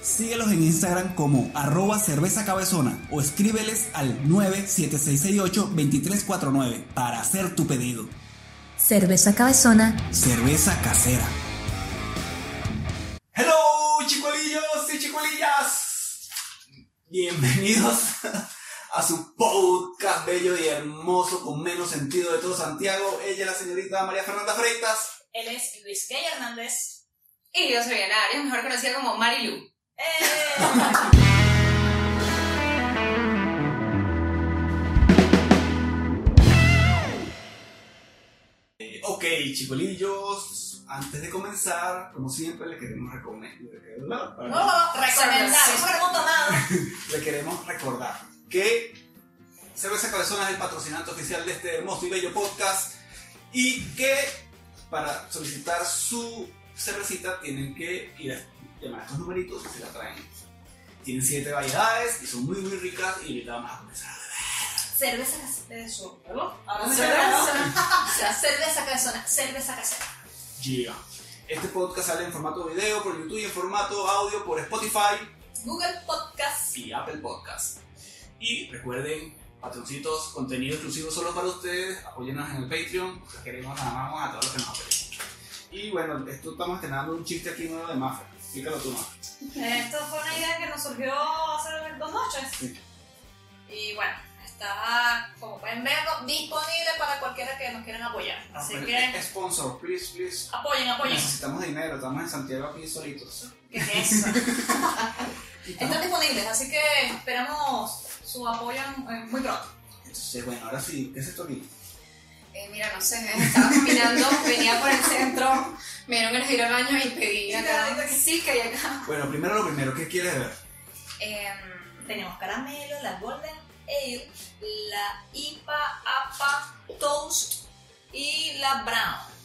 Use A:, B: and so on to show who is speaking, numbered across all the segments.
A: Síguelos en Instagram como arroba cerveza cabezona o escríbeles al 97668-2349 para hacer tu pedido.
B: Cerveza Cabezona.
A: Cerveza casera. Hello, chicuelillos y chicuelillas. Bienvenidos a su podcast bello y hermoso con menos sentido de todo Santiago. Ella es la señorita María Fernanda Freitas.
B: Él es Luis K. Hernández.
C: Y yo soy Ana Arias, mejor conocida como Marilu.
B: Eh,
A: Eh, Ok, chicolillos, antes de comenzar, como siempre, le queremos recomendar,
C: Oh, recomendar, eso no pregunto nada.
A: le queremos recordar que Cerveza Cabezona es el patrocinante oficial de este hermoso y bello podcast y que para solicitar su cervecita tienen que ir a llamar a estos numeritos y se la traen. Tienen siete variedades y son muy muy ricas y ahorita vamos a comenzar.
C: Cerveza casera. Eso, ¿verdad?
A: Cerveza
C: casera. O sea, cerveza casera, cerveza casera.
A: Yeah. Este podcast sale en formato video por YouTube y en formato audio por Spotify.
C: Google Podcast.
A: y Apple Podcast. Y recuerden, patroncitos, contenido exclusivo solo para ustedes, apóyennos en el Patreon, los queremos, los amamos a todos los que nos apoyan. Y bueno, esto estamos estrenando un chiste aquí nuevo de Mafia. Explícalo tú, Mafia.
D: Esto fue una idea que nos surgió hace dos noches.
A: Sí.
D: Y bueno, está, como pueden ver, disponible para cualquiera que nos quieran apoyar. Así que
A: Ah, pues, eh, Sponsor, please, please.
D: apoyen, apoyen.
A: Necesitamos dinero, estamos en Santiago aquí solitos.
D: ¿Qué es eso?
A: Y estamos-
D: Están disponibles, así que esperamos su apoyo eh, muy pronto.
A: Entonces, bueno, ahora sí, ¿qué es esto aquí?
C: Eh, mira, no sé, estaba caminando, venía por el centro, me dieron ganas de ir al baño y pedí acá. Sí, que hay acá.
A: Bueno, primero lo primero, ¿qué quieres ver?
C: Em,
D: Tenemos caramelo, la Golden Ale, la IPA, APA, Toast y la Brown.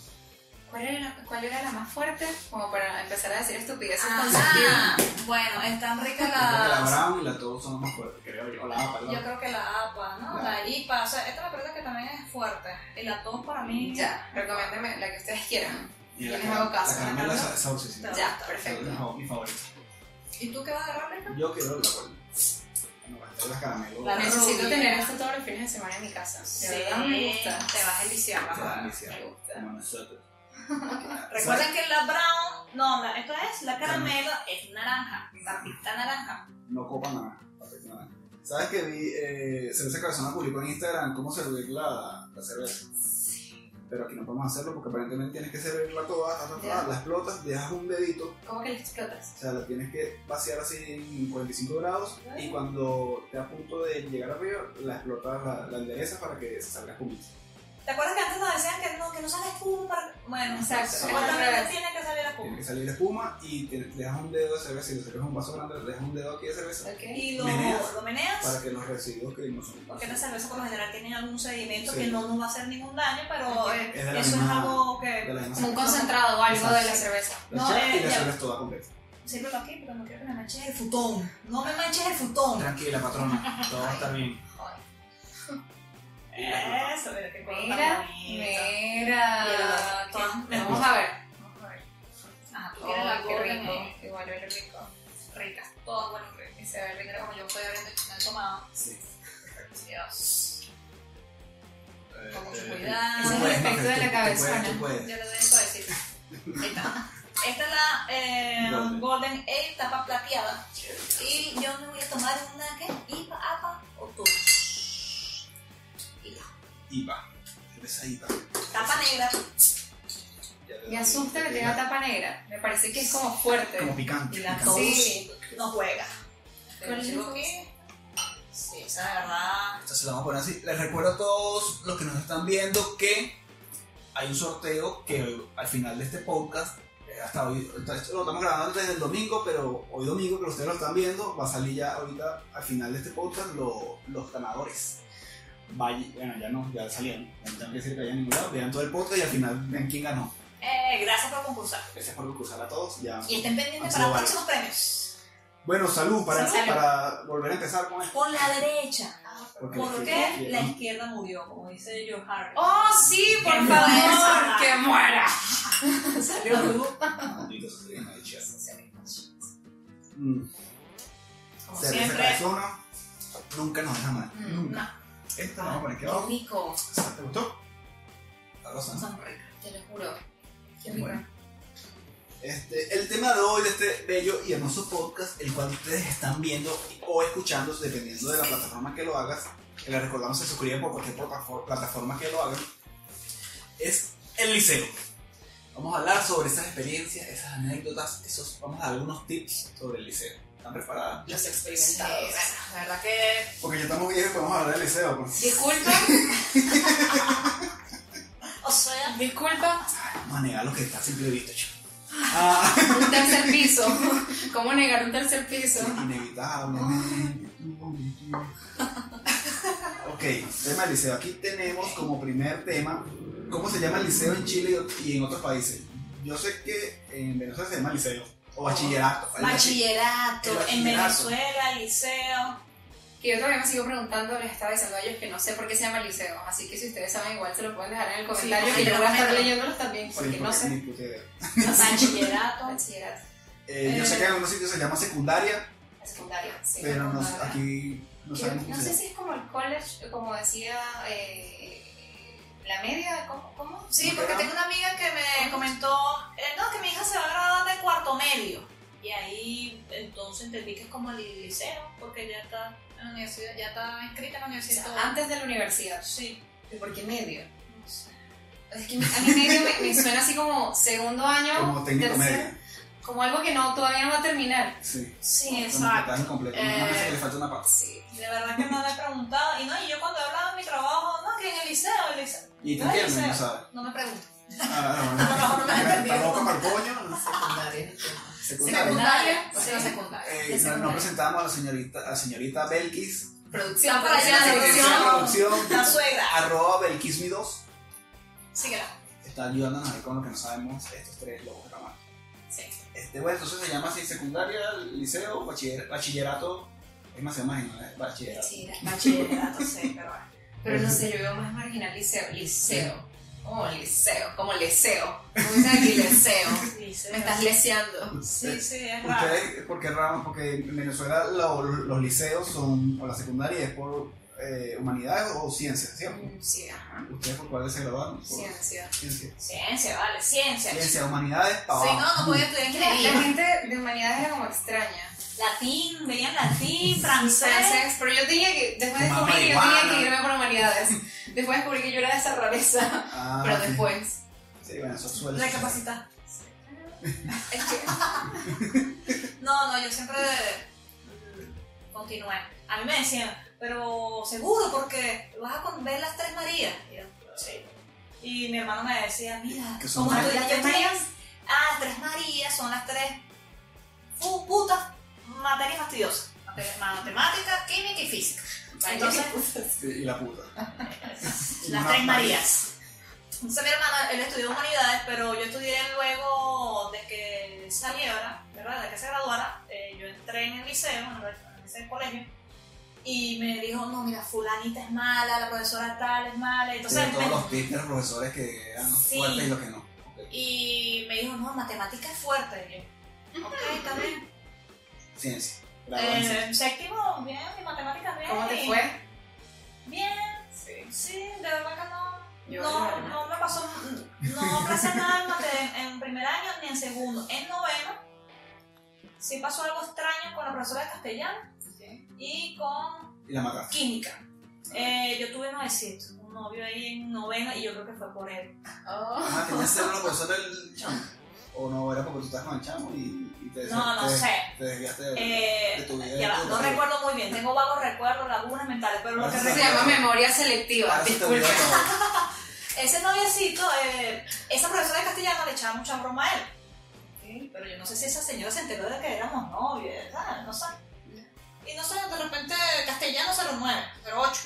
C: ¿cuál, era la, ¿Cuál era la más fuerte? Como para empezar a decir estupideces
D: Ah, bueno, están ricas
A: Creo que la
D: las...
C: Ah.
A: Brown y la todos son los más fuertes, creo yo. O la APA,
D: Yo
A: perdón.
D: creo que la APA, ¿no?
A: Claro.
D: La IPA, o sea, esta me parece que también es fuerte. El atón para mí.
C: Ya, recomiéndeme la que ustedes quieran.
A: Y la
C: yo no hago
A: cara-
C: caso,
A: la caramela
C: ¿no?
A: sa- sausecita.
D: Claro.
C: Ya,
A: Esa es
C: perfecto.
A: la- Mi favorita.
D: ¿Y tú qué vas a agarrar, Rico?
A: Yo quiero la cual. No, va a estar las caramelos.
D: La
C: Necesito
D: rubia.
C: tener esto todos los fines de semana en mi casa.
D: Sí.
C: De verdad me gusta. Te vas a deliciar,
A: Te vas a
C: mamá.
A: deliciar.
C: Me gusta.
A: Como nosotros.
D: Recuerden que la brown, no, la- esto es la caramelo, es naranja, la pista naranja.
A: No copa nada. papel nada. ¿Sabes que vi? Eh, cerveza Cabezona publicó en Instagram cómo servir la, la cerveza. Pero aquí no podemos hacerlo porque aparentemente tienes que servirla toda, ta, ta, ta,
C: Ya.
A: la explotas, dejas un dedito,
C: ¿Cómo que le explotas?
A: o sea, la tienes que vaciar así en 45 grados y
D: Ay.
A: cuando te a punto de llegar arriba, la explotas, la, la enderezas para que salga espumita.
D: ¿Te acuerdas que antes nos decían que no, que no sale espuma para... Bueno, pues,
C: Exacto.
D: supuestamente tiene que salir
A: Tiene
D: espuma.
A: que salir espuma y te, le dejas un dedo de cerveza y le sacas un vaso grande, le dejas un dedo aquí de cerveza
C: Ok.
D: Y lo
A: Meneas.
D: lo
A: para
D: meneas,
A: que los residuos que no son
D: porque las cervezas por lo general tienen algún sedimento
A: Sí.
D: que no nos va a hacer ningún daño, pero eh,
A: Es de la
D: eso es
A: misma-
D: algo
A: de
D: que...
A: la misma
C: Como un
A: cerveza.
C: concentrado o algo de la
A: Exacto.
C: cerveza.
A: La
D: No,
A: echas y
D: eh,
A: la
D: ya.
A: cerveza toda completa.
D: Sírvelo aquí, pero no quiero que me manches el futón. No me manches el futón.
A: Tranquila, patrona, todo va a estar bien.
D: Eso, mira qué cosa
C: Mira,
D: tan bonita.
C: mira.
D: Y el-
C: ¿Qué? Vamos a ver. Vamos a ver.
D: Ajá, tú tienes la
C: Oh, qué
D: Golden
C: rico.
D: Ale.
C: Igual huele rico.
D: Ricas, todas buenas ricas.
C: Y se ve rico como yo estoy abriendo y no he tomado.
A: Sí.
C: Dios.
D: Con mucho
A: Eh,
D: cuidado.
A: tú
C: Ese es el
A: puedes,
C: efecto
A: Mafe,
C: de la
A: tú- tú puedes,
C: cabezona.
A: tú puedes.
D: Yo le doy eso decir. Ahí está. Esta es la eh,
A: Golden.
D: Golden. Ale tapa plateada. Y yo me voy a tomar una que IPA, APA o tú.
A: IPA. Cerveza IPA.
D: Tapa negra.
A: Ya le doy
C: Me asusta que
A: pequeña-
C: tenga tapa negra. Me parece que es como fuerte.
A: Como picante.
D: Y la
A: picante.
D: tos
C: Sí.
D: no juega.
C: Pero
D: Pero
C: chico,
D: chico, ¿qué? Sí, esa de verdad.
A: Entonces la vamos a poner así. Les recuerdo a todos los que nos están viendo que hay un sorteo que al final de este podcast, es hasta hoy, ahorita esto lo estamos grabando desde el domingo, pero hoy domingo, que ustedes lo están viendo, va a salir ya ahorita al final de este podcast lo- los ganadores. Vaya- bueno, ya no, ya salieron. No tengo que decir que hayan ningún lado. Vean todo el podcast y al final vean quién ganó.
D: Eh, gracias por concursar.
A: Gracias por cruzar a todos. Ya.
D: Y estén pendientes
A: Así
D: para los
A: vale.
D: próximos premios.
A: Bueno, salud para,
D: Salud.
A: para volver a empezar con esto.
D: Con la derecha.
A: Porque
D: ¿Por
A: la
D: qué
A: izquierda-
D: la izquierda murió? Como dice Joe Harry.
C: ¡Oh, sí! ¡Por
D: Que
C: favor!
D: muera.
C: ¡Que muera!
D: Salud.
A: Maldito sea, de izquierda. Mm.
D: Como
A: Cerveza
D: siempre.
A: Cabezona nunca nos deja mal.
C: Mm,
A: nunca. Esta la vamos a poner aquí
D: Qué
A: abajo.
D: rico.
A: ¿Te gustó? Sabrosa, ¿no?
D: Son ricas.
C: Te lo juro. Qué rico.
A: Bueno. Este, el tema de hoy de este bello y hermoso podcast, el cual ustedes están viendo o escuchando, dependiendo de la plataforma que lo hagas, que les recordamos se suscriban por cualquier plataforma, plataforma que lo hagan, es el liceo. Vamos a hablar sobre esas experiencias, esas anécdotas, esos, vamos a dar algunos tips sobre el liceo. ¿Están preparadas?
D: Los
C: Sí, bueno,
D: experimentados.
C: la verdad que.
A: Porque ya estamos viejos y podemos hablar del liceo. pues.
C: Disculpa,
D: O sea,
C: disculpa.
A: Vamos a negar lo que está siempre visto, chico. Ah,
C: Un tercer piso. ¿Cómo negar un tercer piso?
A: inevitable. ok, tema del liceo. Aquí tenemos como primer tema cómo se llama el liceo en Chile y en otros países. Yo sé que en Venezuela se llama liceo o bachillerato. algo así.
D: bachillerato. En
A: El bachillerato.
D: Venezuela, liceo.
C: Que yo todavía me sigo preguntando, les estaba diciendo a ellos que no sé por qué se llama liceo. Así que si ustedes saben, igual se lo pueden dejar en el comentario.
D: porque
C: que yo
D: yo
C: voy a
D: también
C: estar
D: lo-
C: leyéndolos también,
A: Sí,
C: porque no sé.
A: ni puta idea.
C: No sé.
D: Bachillerato.
C: Bachillerato.
A: Eh, yo sé que en algunos sitios se llama secundaria,
C: Secundaria. sí,
A: pero no-
C: secundaria.
A: aquí no
C: Creo-
A: sabemos
C: no
A: cómo
C: sé
A: se llama.
C: si es como el college, como decía eh, la media, ¿cómo? cómo?
D: Sí, porque tengo una amiga que me comentó, eh, no, que mi hija se va a graduar de cuarto medio. Y ahí entonces entendí que es como el liceo, porque ya está en la universidad, ya está inscrita en la
C: O sea,
D: universidad.
A: Ah.
C: antes de la universidad.
D: sí.
C: ¿Y por qué medio?
D: no sé.
C: Es que a mí medio me, me suena así como segundo año,
A: Como técnico
C: tercero,
A: medio.
C: como algo que no todavía no va a terminar.
A: Sí,
D: Sí,
A: como que
D: exacto.
A: estás incompleto.
C: Eh,
A: Nada más que le falta una parte.
C: Sí.
D: De verdad que no le he preguntado. Y no, y yo cuando he hablado de mi trabajo, no, que en el liceo, el liceo.
A: Y te
D: no, el
A: entienden,
D: liceo.
A: no sabes.
D: No me pregunto.
A: Ah,
D: A lo mejor no me has
A: no, no.
D: entendido.
A: Tampoco Marcoño.
E: secundaria.
A: Secundaria.
C: Secundaria,
D: Secundaria.
C: sí, secundaria.
A: Eh, no, no presentamos a la señorita, a la señorita Belkis.
C: Producción,
D: Para allá,
A: Que es
C: producción.
A: una
D: Producción.
A: producción.
D: La suegra.
A: Arroba Belkismi2.
D: Síguela.
A: Está ayudándonos ahí con lo que no sabemos estos tres lobos de la mano.
D: Sí.
A: Este, bueno, entonces se llama así secundaria, liceo, bachiller- bachillerato. Es más, se llama ¿no? bachillerato.
C: Sí,
D: Bachillerato, sí, pero bueno.
C: Pero no sé, yo veo más marginal liceo. Liceo. Oh, liceo. Como leseo. Como dicen aquí, leseo.
D: Liceo.
C: Me estás leseando.
D: Sí, sí, es raro.
A: Ustedes, porque raro, porque en Venezuela lo- los liceos son, o la secundaria es por eh, humanidades o ciencias, ¿sí?
C: Mm, Sí, ajá.
A: ¿Ustedes por cuál se graduaron? Por
C: Ciencia.
A: ciencia.
D: Ciencia, vale, ciencia. Ah. Sí,
A: Ciencia, humanidades, pa' abajo.
D: no, no podía estudiar
C: Es que La,
D: ingeniería.
C: la gente de humanidades era como extraña.
D: latín, veían latín, francés.
C: Francés, pero yo tenía que. Después
A: Mamá
C: descubrí que yo tenía que
A: marihuana.
C: irme por humanidades. Después descubrí que yo era de esa rareza.
A: Ah,
C: Pero
A: sí.
C: después.
A: Sí, bueno, eso suele suceder.
D: Recapacitar.
C: Es que.
D: No, no, yo siempre mm, continué. A mí me decían, pero seguro, porque vas a con- ver las tres Marías. Y yo, sí. Y mi hermano me decía, mira,
A: ¿Qué son
D: ¿cómo
A: las
D: tú las tres
C: tres
D: Marías? Ah, las tres Marías son las tres fu- putas materias fastidiosas. Mate- Matemática, química y física. Entonces,
A: Sí, y la puta.
D: Las tres Marías. Entonces mi hermana, él estudió humanidades, pero yo estudié luego de que saliera, ¿verdad? De que se graduara, eh, yo entré en el liceo, en el- en ese colegio, y me dijo, no, mira, fulanita es mala, la profesora tal es mala, entonces
A: Entonces,
D: me-
A: todos los tips de los profesores que eran
D: Sí.
A: fuertes y los que no.
D: y me dijo, no, matemática es fuerte, y yo, ok, está bien.
A: Ciencia. graduado en ciencia.
D: Eh, séptimo, bien, mi matemática bien.
C: ¿Cómo te
D: y-
C: fue?
D: Bien, sí, de verdad que no,
C: Yo
D: No,
C: era-
D: no me pasó, no pasé nada en, mate- en primer año ni en segundo. En noveno sí pasó algo extraño con la profesora de castellano y con
A: Y la mataste.
D: química. Eh, yo tuve novecientos, un novio ahí en noveno y yo creo que fue por él.
C: Oh.
A: Ah, tenías ser una profesora del chamo. O no, era porque tú estabas con el chamo y, y te,
D: No, no
A: te-
D: sé.
A: te desviaste de, de
D: Eh,
A: tu vida.
D: ya va,
A: de tu
D: no
A: vida.
D: recuerdo muy bien, tengo vagos recuerdos, lagunas mentales, pero lo que
A: Ahora
C: Se
A: sí.
D: recuerdo.
C: llama memoria
A: Ahora
C: selectiva.
A: se ah, te olvidó
C: Disculpe.
A: todo.
D: Ese noviecito, eh, esa profesora de castellano le echaba mucha broma a él. pero yo no sé si esa señora se enteró de que éramos novios, ¿verdad? No sé. Y no sé, de repente castellano 09, 08.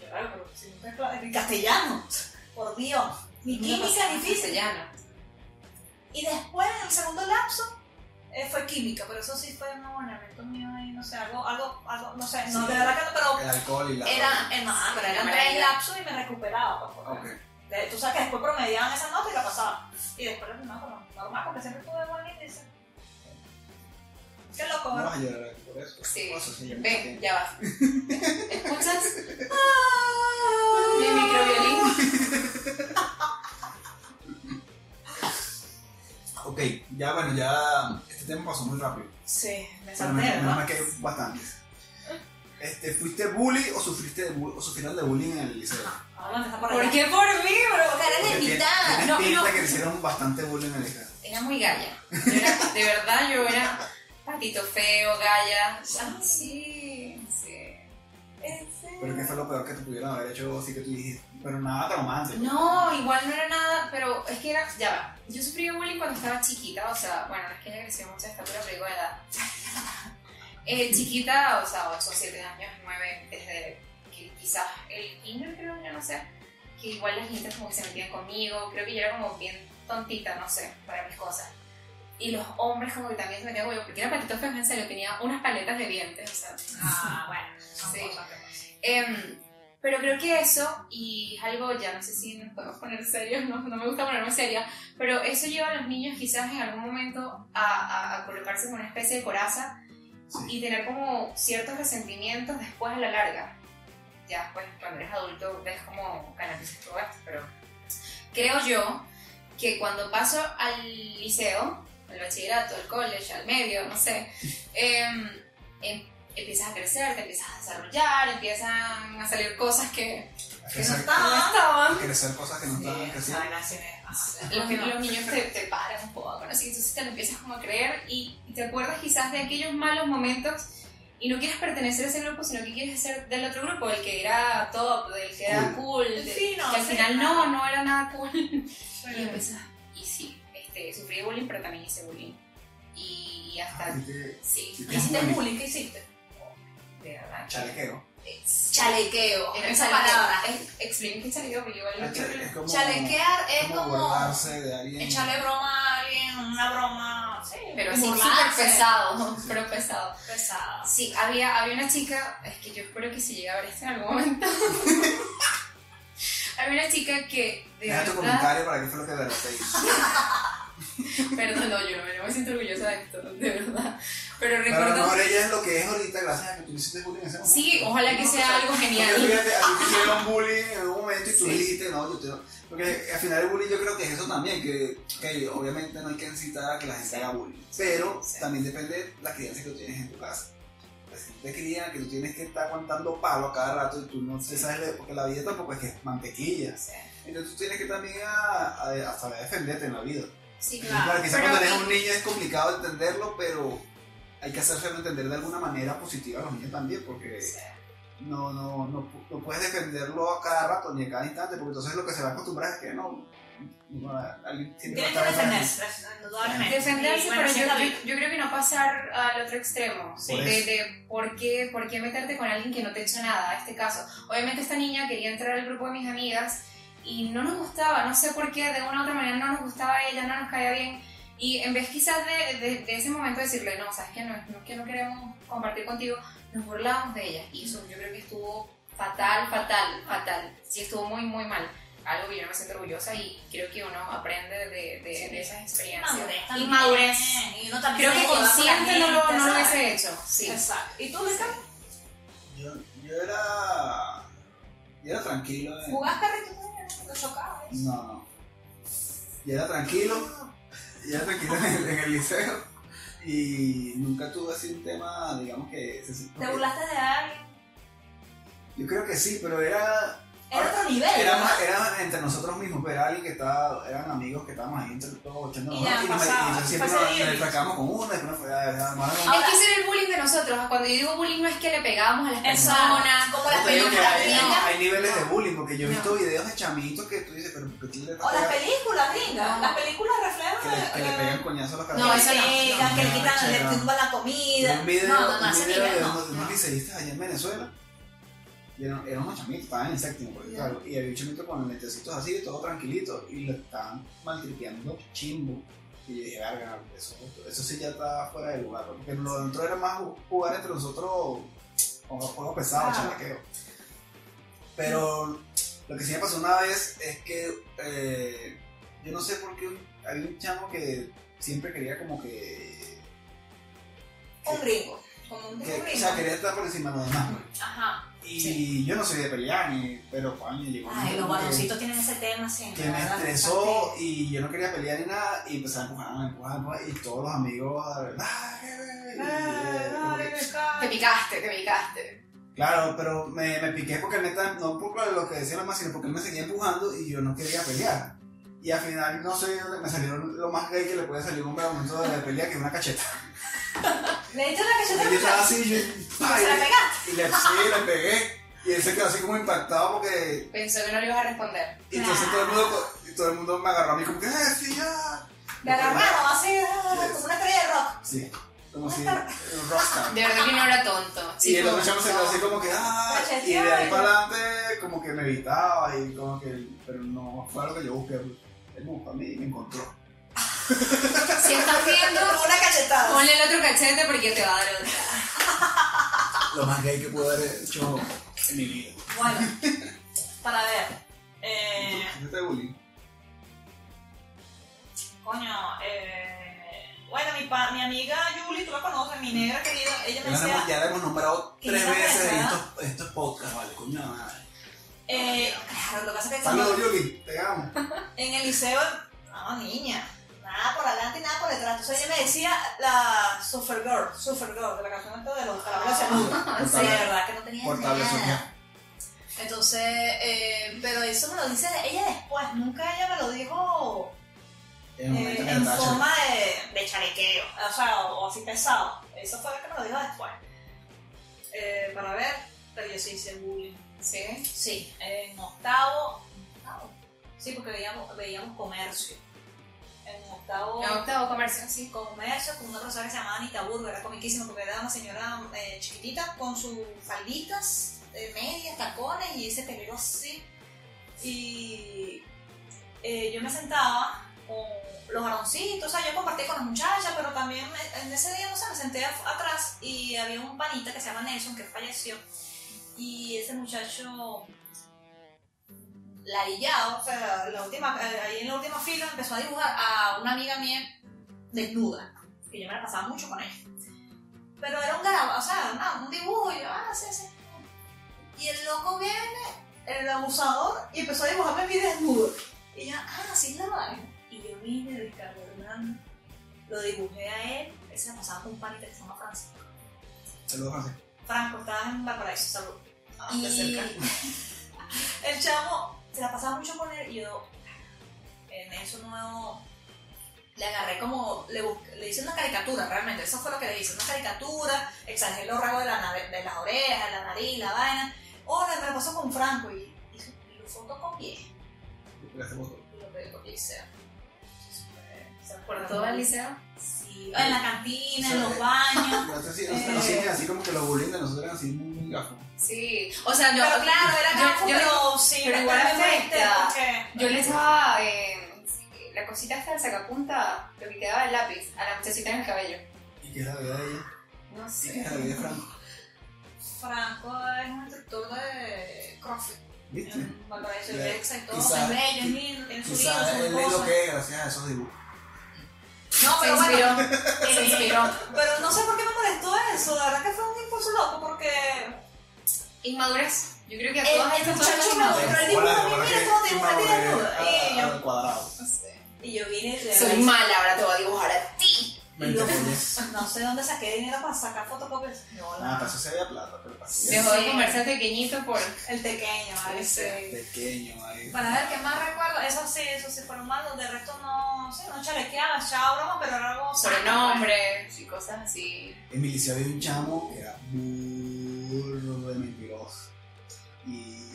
D: Yo, claro, pero si no está claro, en castellano, por Dios, mi química es difícil.
C: Castellano.
D: Y después, en el segundo lapso, eh, fue química, pero eso sí fue un abonamiento mío ahí, no sé, algo, algo, algo, no sé, no,
A: Sí.
D: de verdad que no, pero
A: El alcohol y la.
D: era, eh, no, pero eran tres
C: Maravilla.
D: lapsos y me recuperaba, pues, porque-
A: Ok.
D: de- Tú sabes que después promediaban esa nota y la pasaban. Y después la firmaban con normal, porque siempre tuve buen índice. Qué loco,
A: No vas
D: ¿verdad?
A: a llorar aquí por eso.
C: Sí.
A: Por eso se llama
C: Ven,
A: Tatiana.
C: ya vas. ¿Escuchas? Mi microviolín.
A: Ok, ya bueno, ya. Este tema pasó muy rápido.
D: Sí, me
A: Bueno, me-
D: salté,
A: menos mal
D: ¿verdad?
A: que hay bastantes. Este, ¿Fuiste bully o sufriste de bu- o sufrieron de bullying en el liceo?
D: Ahora me Ah, está por
C: ¿Por
D: allá.
C: qué por mí, bro? Cara
A: Porque
C: Ah, de
A: tien-
C: invitada.
A: Tienes
C: No,
A: pinta
C: no.
A: que le hicieron bastante bullying en el liceo.
C: Era muy galla. Yo era- de verdad, yo era patito feo, galla. Ah, sí, sí.
A: Pero ¿qué fue lo peor que te pudieron haber hecho? Así que tú dijiste, pero nada traumante.
C: No, igual no era nada, pero es que era, ya va. Yo sufrí de bullying cuando estaba chiquita, o sea, bueno, no es que haya crecido mucho de estatura, pero digo de edad. Eh, chiquita, o sea, 8, 7 años, 9, desde que quizás el kinder, creo, yo no sé. Que igual las niñitas como que se metían conmigo, creo que yo era como bien tontita, no sé, para mis cosas. Y los hombres como que también se metían conmigo, porque era patito feo, en serio, tenía unas paletas de dientes, o sea.
D: Ah, bueno, son
C: Sí.
D: cosas que pasan.
C: Em, pero creo que eso, y es algo, ya no sé si nos podemos poner serios, no, no me gusta ponerme seria, pero eso lleva a los niños quizás en algún momento a, a- a colocarse con una especie de coraza
A: Sí.
C: y tener como ciertos resentimientos después a la larga. Ya después, cuando eres adulto, ves como canalizas todo esto, pero creo yo que cuando paso al liceo, al bachillerato, al college, al medio, no sé, em, em- empiezas a crecer, te empiezas a desarrollar, empiezan a salir cosas que
D: Que no
A: Crecer,
D: estaban.
C: no estaban.
A: crecer cosas que no estaban
D: Sí,
A: creciendo.
D: esa vaina sí me pasa.
C: Los,
D: No.
C: los niños te, te paran un poco, ¿no? Así, entonces te lo empiezas como a creer y, y te acuerdas quizás de aquellos malos momentos y no quieres pertenecer a ese grupo, sino que quieres ser del otro grupo, el que era top, del que era cool,
D: El
C: de-
D: fino,
C: que al
D: sí.
C: final no, no era nada cool. Y
D: Sí.
C: empiezas, y sí, este, sufrí bullying, pero también hice bullying. Y, y hasta,
A: Gente
C: sí,
A: ¿Y
D: ¿Hiciste
A: Bueno.
D: bullying? ¿Qué hiciste?
C: de verdad.
A: Chalequeo.
D: Chalequeo.
C: Era
D: Esa
C: chalequeo.
D: palabra.
C: Es- Explica qué chalequeo, porque igual no
A: Es chale- es como-
D: Chalequear es
A: como
D: como
A: burlarse de alguien.
D: echarle broma a alguien, una broma. Sí,
C: Pero sí, súper
D: burlarse.
C: pesado, pero pesado.
D: Pesado.
C: Sí, había, había una chica, es que yo espero que si llega a ver esto en algún momento. había una chica que, de
A: Deja tu
C: verdad,
A: comentario para qué fue lo que de verdad te hizo.
C: perdón, no, yo no me- no me siento orgullosa de esto, de verdad.
A: Pero
C: Pero
A: a lo
C: recuerdo,
A: mejor ella es lo que es ahorita gracias a que tú le hiciste bullying en ese momento.
C: sí, ojalá que sea algo
A: Porque
C: genial.
A: fíjate, a ti te hicieron bullying en algún momento y tú
C: Ah, Sí.
A: dijiste, no, yo te Porque al final el bullying yo creo que es eso también, que, que obviamente no hay que incitar a que la gente haga bullying. Pero
C: Sí.
A: también depende de la crianza que tú tienes en tu casa. Pues, si te crían que tú tienes que estar aguantando palo a cada rato y tú no te sabes, de- porque la vida tampoco es que es mantequilla.
C: Sí.
A: Entonces tú tienes que también a, a- a saber defenderte en la vida.
C: Sí,
A: Claro,
C: claro.
A: quizás
C: Pero,
A: cuando eres un niño es complicado entenderlo, pero hay que hacerlo entender de alguna manera positiva a los niños también, porque no, no, no, pu- no puedes defenderlo a cada rato ni a cada instante, porque entonces lo que se va a acostumbrar es que no. no, alguien siempre va a
D: Tienes que
A: estar atrás.
D: defenderse, indudablemente.
C: defenderse,
D: Y bueno,
C: pero yo,
D: siendo
C: yo- yo creo que no pasar al otro extremo.
A: Sí.
C: De, de por, qué, por qué meterte con alguien que no te ha hecho nada, en este caso. Obviamente esta niña quería entrar al grupo de mis amigas y no nos gustaba, no sé por qué, de una u otra manera no nos gustaba ella, no nos caía bien. Y en vez quizás de, de- de ese momento decirle, no, sabes que no, no, que no queremos compartir contigo, nos burlábamos de ella. Y eso yo creo que estuvo fatal, fatal, fatal. Sí, estuvo muy, muy mal. Algo que yo no me siento orgullosa y creo que uno aprende de, de- de esas experiencias.
D: Y
C: Y
D: madurez.
C: madurez.
D: Y uno también
C: Creo que
D: se lleva con la
C: consciente no lo,
D: gente,
C: no lo
D: ¿sabes?
C: hubiese hecho. Sí.
D: Exacto. ¿Y tú, Luisa?
A: Yo, yo era. Yo era tranquilo. eh.
D: ¿Jugás carrito con él? ¿Lo chocabas?
A: No, no. Yo era tranquilo. Yo era tranquilo en el, en el liceo. Y nunca tuve así un tema, digamos que. se-
D: ¿Te burlaste de alguien?
A: Yo creo que sí, pero era.
D: Era otro nivel.
A: Era,
D: ¿no?
A: más- era entre nosotros mismos, pero era alguien que estaba, eran amigos que estábamos ahí entre todos echando
D: Y
A: la
D: ya,
A: mano, nos-
D: pasaba,
A: nosotros siempre
D: pasaba
A: nos,
D: bien.
A: nos fracamos con uno, después nos fue a la mano.
D: Ah, Ahora-
C: es que ese era el bullying de nosotros. Cuando yo digo bullying no es que le pegábamos a las
D: Exacto.
C: personas,
D: Como
C: las
A: Yo te digo que
D: películas
A: hay,
D: gringas.
A: hay niveles de bullying, porque yo he
C: No.
A: visto videos de chamitos que tú dices, pero ¿por qué le estás
D: O las
A: pegando?
D: películas gringas.
C: No.
D: Las películas reflejan.
A: que le, que le
D: eh,
A: pegan coñazo a los
D: que
C: No,
D: le
C: eso no.
D: pegan, que le
A: No,
D: quitan, le
A: chera.
D: tumban la
A: Yo
D: comida.
A: un video,
D: No, no, no,
A: un
D: ese
A: video
D: nivel
A: de
D: no.
A: unos, de unos liceístas allá en Venezuela. Y eran, eran unos chamitos, estaban en séptimo, porque
C: Ya.
A: claro. Y había un chamito con lentecitos así, todo tranquilito, y lo estaban maltripeando chimbo. Y yo dije, verga, eso, eso sí ya está fuera de lugar, ¿no? porque lo de nosotros era más ju- jugar entre nosotros con los juegos pesados,
D: Claro.
A: chamaqueo. Pero lo que sí me pasó una vez es que eh, yo no sé por qué un- había un chamo que siempre quería como que
D: Un gringo. Como un
A: que,
D: gringo.
A: o sea, quería estar por encima de los demás. pues.
D: Ajá.
A: Y
D: Sí.
A: yo no soy de pelear, ni, pero coño, llegó un
D: Ay, los
A: momento que,
D: varoncitos tienen ese tema siempre.
A: que me
D: ¿verdad?
A: estresó y yo no quería pelear ni nada. Y empecé a empujar, me empujar, empujar, y todos los amigos. "Ah, eh, eh", y, eh, como
D: ah,
A: que-
C: te picaste, te picaste.
A: Claro, pero me, me piqué porque neta, no por lo que decía la mamá, sino porque él me seguía empujando y yo no quería pelear. Y al final, no sé, me salió lo más gay que le puede salir a un momento de la pelea, que es una cacheta.
D: Le diste la
A: Y
D: cacheta.
A: yo estaba así, yo,
D: ¿no?
A: ¡pa!
D: Se la pegaste.
A: y le, sí, le pegué. Y él se quedó así como impactado porque
C: Pensó que no le ibas a responder.
A: Y entonces
D: Ah.
A: todo el mundo, y todo el mundo me agarró a mí como que, ¡eh, sí, ya!
D: De agarrado, así, ah, como una estrella de rock.
A: Sí, como si un rockstar.
C: De verdad que no era tonto.
A: Y el
C: fue
A: otro chamo se quedó así como que, ¡ah! Y de ahí para adelante como que me evitaba y como que, pero no fue lo que yo busqué. pues. Él me buscó a mí y me encontró.
C: tonto. Si estás viendo,
D: Una cachetada.
C: ponle el otro cachete porque te va a dar otro.
A: Lo más gay que pude haber hecho en mi vida.
D: Bueno, para ver. Eh,
A: ¿Tú te este bullying?
D: coño, eh, bueno, mi, pa- mi amiga Julie, tú la conoces, mi negra querida, ella me
A: Ya la hemos-
D: decía,
A: ya la hemos nombrado
D: que
A: tres
D: esa
A: veces en
D: persona-
A: estos, estos podcasts, ¿vale? Coño, madre.
D: eh, claro, lo que pasa es que
A: Saludos, Yuli, te amo.
D: en el liceo, no, niña, nada por adelante y nada por detrás. Entonces ella me decía la Supergirl, Supergirl, de la canción esta de los caramelos de celular.
A: Por
D: Sí,
A: tabla-
D: de verdad que no tenía
A: por tabla social.
D: nada. Entonces, eh, pero eso me lo dice ella después, nunca ella me lo dijo
A: En el
D: Eh,
A: momento que
D: en
A: estaba
D: forma de, de chalequeo, o sea, o, o así pesado. Eso fue lo que me lo dijo después. Eh, para ver, pero yo sí hice bullying.
C: ¿Sí?
D: Sí, en octavo, octavo. Sí, porque veíamos, veíamos comercio. En octavo,
C: En octavo comercio, sí.
D: comercio con una profesora que se llamaba Anita Burgo, era comiquísima porque era una señora eh, chiquitita con sus falditas, eh, medias, tacones y ese pelo así. Y eh, yo me sentaba con los varoncitos, o sea, yo compartí con las muchachas, pero también me- en ese día, no sé, me senté af- atrás y había un panita que se llama Nelson que falleció y ese muchacho ladillado, o sea, la última, eh, ahí en la última fila empezó a dibujar a una amiga mía desnuda, que yo me la pasaba mucho con ella. Pero era un grabado, o sea, nada, un dibujo, y yo, ah, sí, sí. Y el loco viene, el abusador, y empezó a dibujarme a mí desnudo. Y yo, ah, así es la vaina. Y yo vine, Ricardo Hernández, lo dibujé a él, él se la pasaba con un panita que se llama Francisco.
A: Saludos, Francisco.
D: Franco estaba en Valparaíso, salud. Ah,
C: Y-
D: de cerca. el chamo se la pasaba mucho con él y yo en eso nuevo le agarré como, le, busqué- le hice una caricatura realmente, eso fue lo que le hice, una caricatura, exageré los rasgos de, la, nave- de las orejas, la nariz, la vaina. Ahora me lo pasó con Franco y, y lo fotocopié
A: Gracias por todo.
D: y lo pegué con Liceo. Entonces, fue- ¿Se
C: Por
D: acuerdan?
C: todo el liceo.
D: Sí, en la cantina, en los
A: Sí.
D: baños.
A: Gracias, este sí,
D: Eh,
A: nosotros nos siguen así como que los bullying de nosotros eran así muy, muy gafos.
C: Sí. O sea, yo.
D: pero claro, era
C: yo-
D: gafo,
C: yo-
D: pero sí,
C: pero igual
D: realmente,
C: afecta.
D: porque-
C: Yo le echaba eh, la cosita hasta el sacapunta, lo que quedaba del lápiz, a la muchachita en el cabello.
A: ¿Y qué es la vida de ella?
C: No
A: ¿Y qué
C: sé.
A: es la vida de Franco?
D: Franco es un instructor de CrossFit.
A: ¿Viste?
D: en Valparaíso y
A: Ya.
D: Texas y todo.
A: Y sabe-
D: es bello, es lindo, tiene su
A: Tú
D: libro,
A: sabes
D: su
A: él es lo
D: cosa.
A: que es gracias a esos dibujos.
D: No,
C: Se
D: pero bueno, eh,
C: inspiró, se inspiró.
D: pero no sé por qué me molestó eso. La verdad que fue un impulso loco porque
C: Inmadurez. Yo creo que a
D: El-
C: todos
D: el
C: estos
D: muchacho
C: todos
D: inmaduro.
C: inmadurez.
D: el dibujo a mí, mira cómo te dibuja,
A: Madre,
D: tiene duda.
A: eh, a-
D: Y Eh, yo-
A: Al cuadrado.
C: No sé.
D: y yo vine y le
C: Soy mala, ahora te voy a dibujar a ti.
D: Y yo,
A: 20 follas.
D: no sé dónde saqué dinero para sacar fotocopias. No,
A: Ah,
D: la-
A: para eso se había plata, pero para
D: Sí.
A: ya
C: Dejó de comerse pequeñito por.
D: el pequeño, ¿vale?
C: Sí.
A: pequeño ahí.
D: Para ver qué más recuerdo, eso sí, eso sí fueron malos, de resto no, sí, no chalequeaba, echaba broma, pero era algo.
C: Sobrenombres y cosas así.
A: En milicia había un chamo que era burro de mentiroso. Y,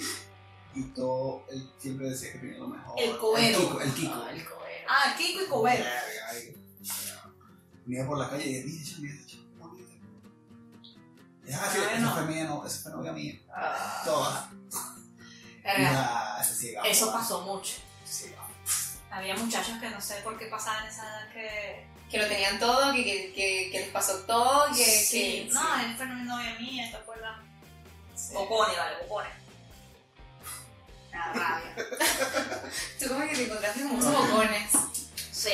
A: y todo, él siempre decía que tenía lo mejor.
D: El cubero.
A: El Kiko. El Kiko.
C: Ah, el cobero.
D: Ah, Kiko y Cubero.
A: Verga, ahí. Venía por la calle y decía, mira, mira, chamo, no, mira. Y, ah, sí,
D: Ah,
A: esa
D: no.
A: fue mía, no, esa fue novia mía.
D: Ah,
A: Todas. Y
D: verga,
A: ah, esa sí, gafo,
D: eso
A: ah,
D: pasó mucho.
A: esa sí, gafo.
D: Había muchachos que no sé por qué pasaban esa edad que.
C: Que lo tenían todo, que, que, que, que les pasó todo, que.
D: sí,
C: que-
D: no,
C: sí.
D: él fue mi novia mía, ¿te acuerdas?
C: Sí.
D: Bocone, vale, Bocone.
C: Nada, rabia. Tú como que te encontraste con muchos bocones.
D: Sí.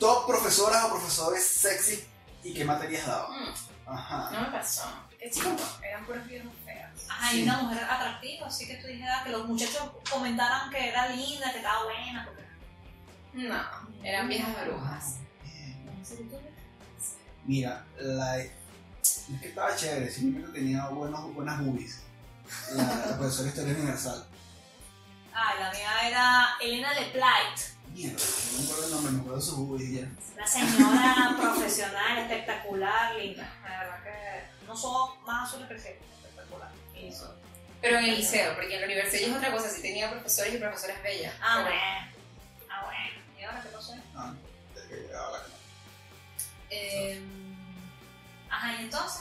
A: Top profesoras o profesores sexy y qué materias daba.
C: Mm,
A: Ajá.
C: no me pasó. Qué chico, eran puros viejos feos.
D: Ajá, y
A: Sí.
D: una mujer atractiva, así que tú dijeras que los muchachos comentaran que era linda, que estaba buena, porque.
C: No, eran viejas brujas.
A: Mira, la es que estaba chévere, simplemente tenía buenos, buenas movies. La, la profesora de historia universal.
D: Ah, la mía era Elena Leplight.
A: Mierda, no me acuerdo el nombre, me acuerdo de sus movies y ya.
D: Una señora profesional, espectacular, linda. La verdad que no son más azules que el cielo, espectacular. Y son-
C: Pero en el liceo, porque en la universidad ya es otra cosa, sí tenía profesores y profesoras bellas.
D: Ah,
C: Pero,
D: bueno. Ah, bueno. ¿Y ahora qué pasó?
A: Ah, de que llegaba la cama.
C: eh,
D: Ajá, y entonces,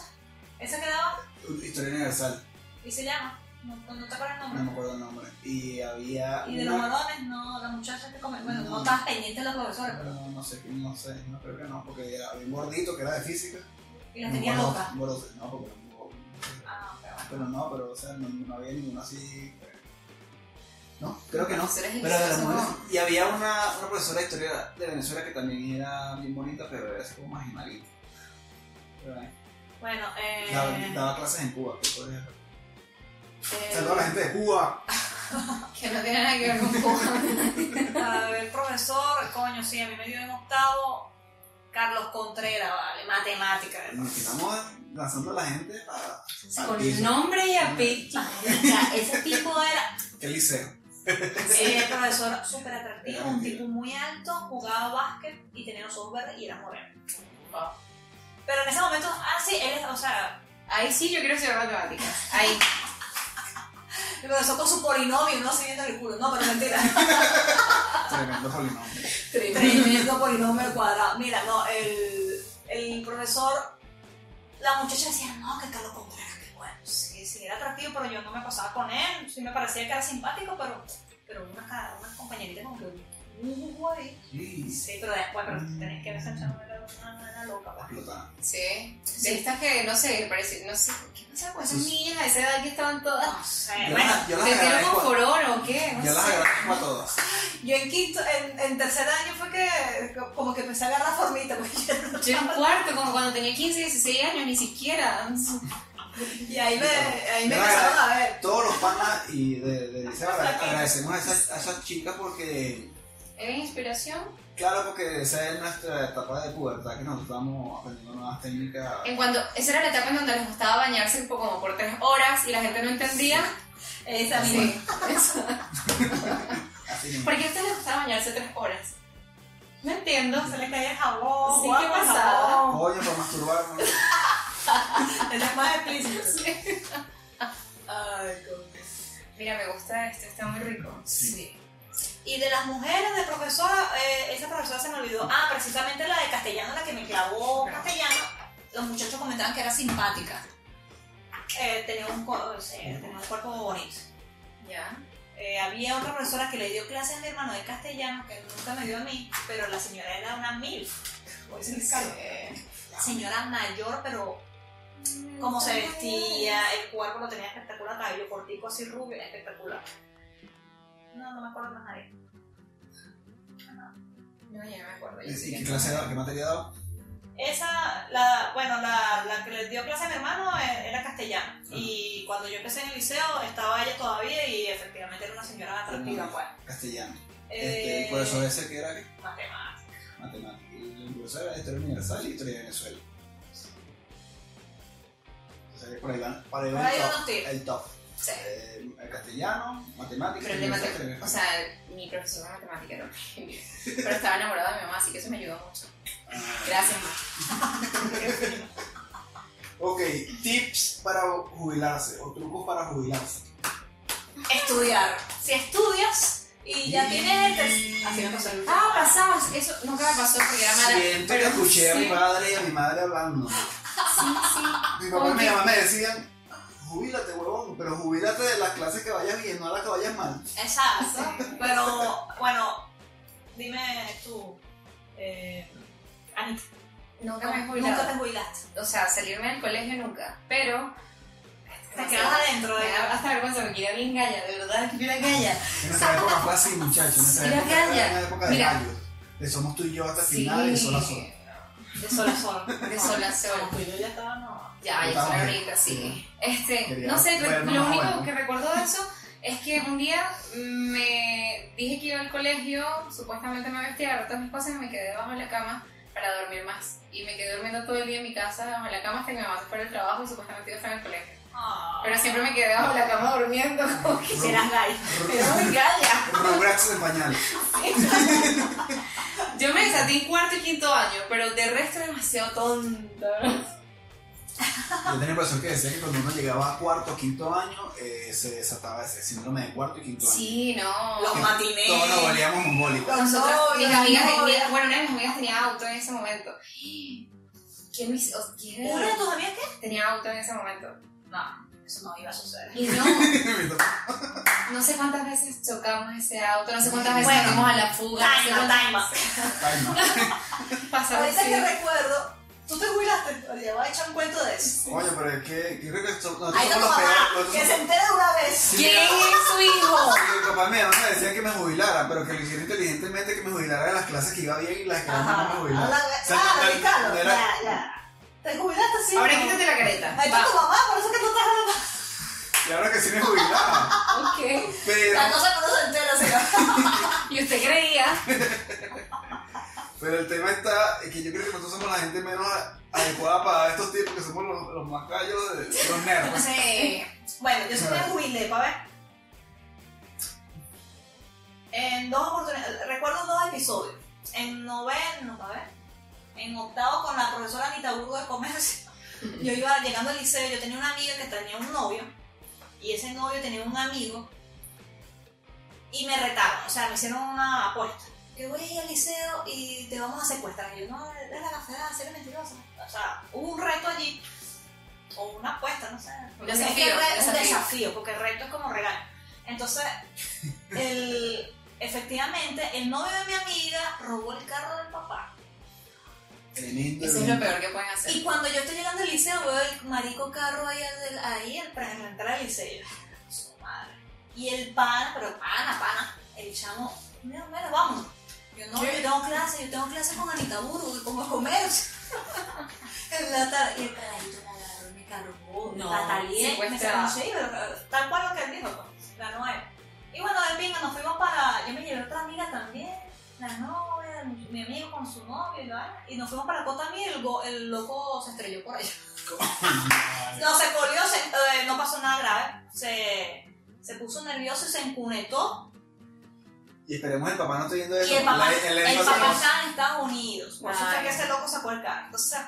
D: esa quedaba
A: Historia universal,
D: y se llama. No, no- no te acuerdas el
A: no me
D: nombre.
A: acuerdo el nombre. Y había.
D: Y de los
A: una-
D: varones, no, las muchachas que comen. Bueno,
A: No.
D: no estabas pendiente de los profesores, pero.
A: no, no sé, no sé, no creo que no, porque era bien gordito, que era de física.
D: Y las
A: No,
D: tenía
A: gordo-
D: locas.
A: gordo, no, porque era muy gordo.
D: Ah, pero bueno.
A: Pero no, pero o sea, no, no había ninguno así. eh, No, creo que no.
C: profesores del
A: Pero de las
C: liceo,
A: mujeres.
C: no.
A: Y había una, una profesora de historia de Venezuela que también era bien bonita, pero era así como marginalita. Pero, eh,
D: Bueno,
A: Daba,
D: eh.
A: daba clases en Cuba. que puede-
C: Eh,
A: Saludos a la gente de Cuba.
C: que no tiene nada que ver con Cuba.
D: A ver, profesor, coño, sí, a mí me dio en octavo Carlos Contreras, vale, matemática. ¿verdad?
A: Nos estamos lanzando a la gente para. para el
C: con
A: piso.
C: nombre y apellido.
D: O sea, ese tipo era
A: ¿Qué liceo?
D: eh, profesor súper atractivo,
A: Era
D: un
A: mentira.
D: tipo muy alto, jugaba básquet y tenía los ojos verdes y era moreno. Wow. Pero en ese momento, ah, sí, él, o sea,
C: Ahí sí yo quiero estudiar matemáticas. Ahí.
D: el profesor con su polinomio, no siguiendo el culo, no, pero mentira.
A: Tremendo polinomio.
D: Tremendo polinomio al cuadrado. Mira, no, el, el profesor, la muchacha decía, no, que Carlos Contreras, que bueno, sí, sí, era atractivo, pero yo no me pasaba con él, sí me parecía que era simpático, pero, pero una, ca- una compañerita como que, uh, guay.
A: Sí.
D: Sí, pero después, pero tenés que ver esa chama, era una, una loca, pues. va.
A: Explotada.
C: Sí. De estas que, no sé, parece, no sé, ¿qué pasa con esas
A: Sus-
C: niñas a esa edad que estaban todas?
D: No
A: Yo
D: sé,
A: las-
D: Eh, bueno,
A: yo las
C: ¿Te dieron con
A: agradezco.
C: forón o qué? No
A: Yo las
C: sé.
A: agradezco a todas.
D: yo en quinto, en, en tercer año fue que, como que empecé a agarrar formita, pues, yo no
C: Yo en
D: estaba-
C: cuarto, como cuando tenía 15, 16 años, ni siquiera.
D: y ahí me, ahí me
A: Yo las
D: empezaron a ver.
A: Todos los panas y de, de liceo agra- agradecemos a esas, a esas chicas porque.
C: ¿Era inspiración?
A: Claro, porque esa es nuestra etapa de pubertad que nos estamos aprendiendo nuevas técnicas.
C: En cuanto, esa era la etapa en donde les gustaba bañarse un poco como por tres horas y la gente no entendía.
D: Esa
C: Sí.
D: misma.
C: Eso.
A: Así mismo.
C: ¿Por qué a ustedes les gustaba bañarse tres horas? No entiendo.
D: Se le caía el jabón.
C: Sí,
D: guau,
C: ¿qué
D: el
C: pasaba?
D: jabón.
A: Coño, para masturbarme.
D: Era más explícito. Ay, coño.
C: Mira, me gusta esto, está muy rico.
D: Sí. Y de las mujeres de profesora, eh, esa profesora se me olvidó. Ah, precisamente la de castellano, la que me clavó castellano. Los muchachos comentaban que era simpática. Eh, tenía, un, cu- eh, tenía un cuerpo bonito.
C: Ya.
D: Eh, había otra profesora que le dio clases a mi hermano de castellano, que nunca me dio a mí, pero la señora era una mil. La señora mayor, pero cómo se vestía, el cuerpo lo tenía espectacular, cabello cortico así rubio, espectacular. No, no me acuerdo más nadie.
C: No, ya no me acuerdo. yo sí
A: ¿Y
C: que
A: qué
C: no.
A: clase daba? ¿Qué materia daba?
D: Esa, la, bueno, la, la que le dio clase a mi hermano eh, era castellana. Y cuando yo empecé en el liceo estaba ella todavía y efectivamente era una señora atractiva, pues.
A: Castellano.
D: Eh,
A: Este, por eso ese que era
D: matemáticas.
A: matemática. Eso era historia universal y historia de Venezuela. Entonces, por ahí van, por ahí van
D: Por ahí
A: el,
D: van
A: top,
D: los tips.
A: el top.
C: Sí.
A: Eh, el castellano, matemáticas,
C: Pero el de
A: universal,
C: matem-
A: historia
C: o
A: universal.
C: sea, mi profesor de matemática era horrible. Pero estaba enamorada de mi mamá, así que eso me ayudó mucho.
A: Ah,
C: Gracias, mamá.
A: Ok, tips para jubilarse o trucos para jubilarse.
D: Estudiar. Si estudias y ya tienes el tercer. Así me pasó el último.
C: Ah, pasabas. Eso nunca me pasó porque era mala.
A: Siempre
C: Pero
A: escuché a
C: sí,
A: mi padre y a mi madre hablando.
C: Sí, sí.
A: Mi papá y
C: Ok.
A: mi mamá me decían, jubílate, huevón, pero jubílate de las clases que vayas bien, no a las que vayas mal.
D: Exacto. Pero bueno, dime tú. Eh, Anita,
C: Nunca me he
D: ¿cómo-
C: jubilado.
D: nunca te jubilaste.
C: O sea, salirme del colegio nunca. Pero.
D: Te quedas adentro
C: Me
D: de
C: da hasta vergüenza porque era bien galla, de verdad que yo era galla.
A: En esa época fue así, muchachos. En esa
C: Mira,
A: época era
C: Gaya,
A: una época de
C: mira.
A: gallo. De somos tú y yo hasta el final y sola sola.
D: de sol a sol.
C: De sol a sol.
D: Como que yo ya estaba no.
C: Ya, ya
A: Estamos
C: soy
A: bien.
C: ahorita, sí. Este,
A: Quería-
C: no sé,
A: bueno,
C: lo
A: más
C: único
A: bueno.
C: que recuerdo de eso es que un día me dije que iba al colegio, supuestamente me vestía, agarré todas mis cosas y me quedé bajo la cama para dormir más. Y me quedé durmiendo todo el día en mi casa bajo la cama hasta que me mamá se fue del trabajo y supuestamente iba a estar en el colegio.
D: Ah.
C: Pero siempre me quedé bajo la cama durmiendo como que
D: serás gay.
C: era muy galla.
A: Rugrats en pañales.
C: Yo me desaté en cuarto y quinto año, pero de resto demasiado tonta.
A: Yo tenía un profesor que decía que cuando uno llegaba a cuarto o quinto año, eh, se desataba ese síndrome de cuarto y quinto año.
C: Sí, no.
D: Los matines.
A: Todos nos volvíamos mongólicos.
C: Nosotras,
D: No,
C: mis
D: no,
C: amigas,
D: no,
C: mi-
D: no.
C: bueno, una de mis amigas tenía auto en ese momento. ¿Quién lo hizo? O- ¿Quién era?
D: ¿Una de tus amigas qué?
C: Tenía auto en ese momento.
D: No, eso no iba a suceder.
C: Y no, no sé cuántas veces chocamos ese auto, no sé cuántas veces
D: Bueno.
C: vamos a la fuga, no sé
D: Time,
C: cuántas
D: time.
A: Ay, no.
C: pasamos.
D: Ahorita
C: sí.
D: que recuerdo, tú te jubilaste, ya voy a echar un cuento de eso.
A: Oye, pero es que yo creo que esto- nosotros
D: Ahí está tu
A: somos los peores.
D: mamá,
A: nosotros
D: que se
A: somos-
D: entere de una vez.
A: Sí,
C: ¿Quién
A: mira,
C: es su hijo?
A: Mi papá y mi mamá me decían que me jubilara, pero que lo hiciera inteligentemente, que me jubilara de las clases que iba bien y las que no no me
D: A
A: jubilara.
D: la
A: O
D: vez.
A: sea,
D: Ah,
A: no-
D: Ricardo,
A: no
D: ya,
A: era-
D: ya. Te jubilaste, sí.
C: Ahora
D: ¿no?
C: quítate la careta.
D: Ahí está tu
C: Va.
D: mamá, por eso es que tú estás hablando.
A: Y ahora que sí me jubilara.
C: Ok.
A: Pero,
D: La cosa que uno se entera, sí.
C: Y usted creía.
A: pero el tema está, es que yo creo que nosotros somos la gente menos adecuada para estos tipos, que somos los, los más callos de los nerds.
D: Sí. Bueno, yo sí me jubilé, pa' ver. En dos oportunidades, recuerdo dos episodios. En noveno, pa' ver. En octavo con la profesora Anita Burgo de Comercio. Yo iba llegando al liceo, yo tenía una amiga que tenía un novio. Y ese novio tenía un amigo. Y me retaron, o sea, me hicieron una apuesta. Que voy a ir al liceo y te vamos a secuestrar. Y yo, no, es la cafedad, ser mentirosa. O sea, hubo un reto allí. O una apuesta, no sé.
C: Un
D: Es que
C: desafío,
D: el reto- un
C: desafío.
D: desafío, porque el reto es como regalo. Entonces, el, efectivamente, el novio de mi amiga robó el carro del papá.
A: Tremendo.
C: Eso es lo peor que pueden
D: Y
C: hacer.
D: cuando yo estoy llegando al liceo, veo el marico carro ahí, al- ahí al- para entrar al liceo. Su madre. Y el pana, pero pana, pana, el chamo, mira, mira, vamos. Yo no,
C: ¿Qué?
D: yo tengo clase, yo tengo clase con Anita Burgo, y pongo a comer. en la tarde. Y el carajito me agarró mi carro, oh,
C: No,
D: la talié, me
C: secuestrado.
D: sí, pero, tal cual lo que él dijo, pues, la nueve. Y bueno, en fin, nos fuimos para, yo me llevé a otra amiga también la novia, mi amigo con su novio y la vaina, y nos fuimos para Cota Mía y el, go- el loco se estrelló por allá. No, se corrió, se- eh, no pasó nada grave, se, se puso nervioso y se encunetó.
A: Y esperemos el papá no esté viendo eso.
D: Y el papá,
A: La- el- el-
D: el
A: el-
D: papá estaba en Estados Unidos, por eso fue
C: Ay.
D: que ese loco sacó el carro. Entonces,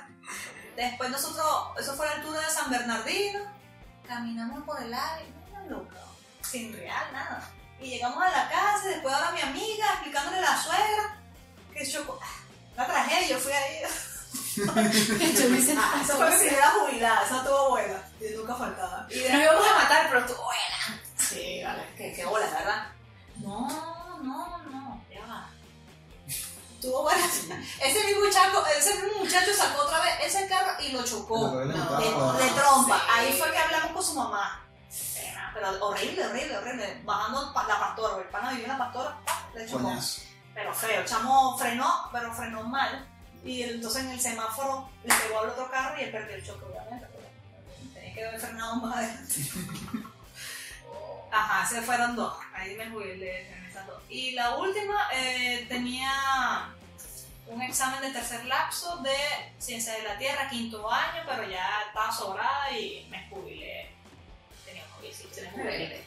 D: después nosotros, eso fue a la altura de San Bernardino, caminamos por el área, una loca, sin real, nada. Y llegamos a la casa, y después ahora mi amiga explicándole a la suegra que chocó. La tragedia, yo fui ahí.
C: Yo me hice
D: Esa fue mi primera jubilada, esa estuvo buena. Y nunca faltaba.
C: Y nos íbamos a matar, pero estuvo buena.
D: Sí, vale. Qué, qué bola, ¿verdad? No, no, no, ya va. Estuvo buena. Ese mismo, muchacho, ese mismo muchacho sacó otra vez ese carro y lo chocó.
A: Pero le
D: No,
A: gustaba
D: de,
A: joder.
D: de trompa.
C: Sí.
D: Ahí fue que hablamos con su mamá. Era, Pero horrible, horrible, horrible. Bajando pa- la pastora, porque el pana vivió en la pastora, ¡pam! le chocó.
A: Coñazo.
D: Pero feo, el chamo frenó, pero frenó mal. Y el- entonces en el semáforo le pegó al otro carro y él perdió el choque, obviamente. pero Tenía que haber frenado más adelante. Ajá, se fueron dos. Ahí me jubilé en esas dos. Y la última eh, tenía. un examen de tercer lapso de Ciencias de la Tierra, quinto año, pero ya estaba sobrada y me escubilé. Tenía un hobby, sí, tenía un
C: oh,
D: hobby.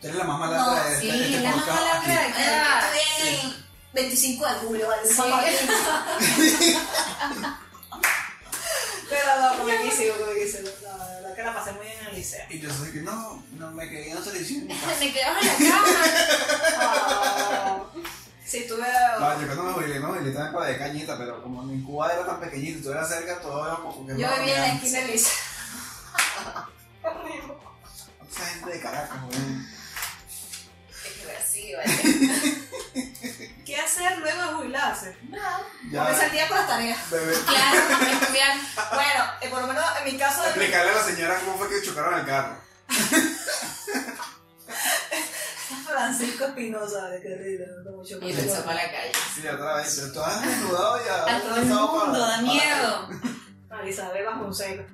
A: Tú eres la más mala
E: No,
A: de este,
C: Sí,
A: de este
C: la más
A: podcast
C: mala
A: aquí.
C: redactora.
E: Estudié en el 25 de julio, ¿vale?
C: Sí.
D: Pero no, como que sí, como que sí, no, la verdad que la pasé muy bien en el liceo.
A: Y yo soy que no, no me quedé en la televisión.
C: Me quedaba en la cama.
E: Oh.
D: Ah, sí, tuve...
A: No, yo cuando me bailé, me bailé tan cuadra de cañita, pero como en Cuba era tan pequeñito, y tú eras cerca, todo era como que...
E: Yo
A: no,
E: vivía en la
A: mira,
E: esquina del liceo.
D: Horrible.
A: Esa gente de Caracas, güey.
E: Es que era así, ¿vale?
D: ¿Qué hacer luego de jubilarse?
E: Nada.
A: Ya,
E: Me salía con las tareas.
A: bebé.
C: Claro, estudiar.
D: Bueno, eh, por lo menos en mi caso... de-
A: Explicarle a la señora cómo fue que chocaron el carro.
D: Francisco Espinosa, de qué horrible, no tengo mucho
E: Y
D: cuidado.
E: pensó para la calle.
A: Sí, otra vez. Pero tú has desnudado ya.
C: A todo el mundo, da miedo.
D: Marisabel Vasconcelos.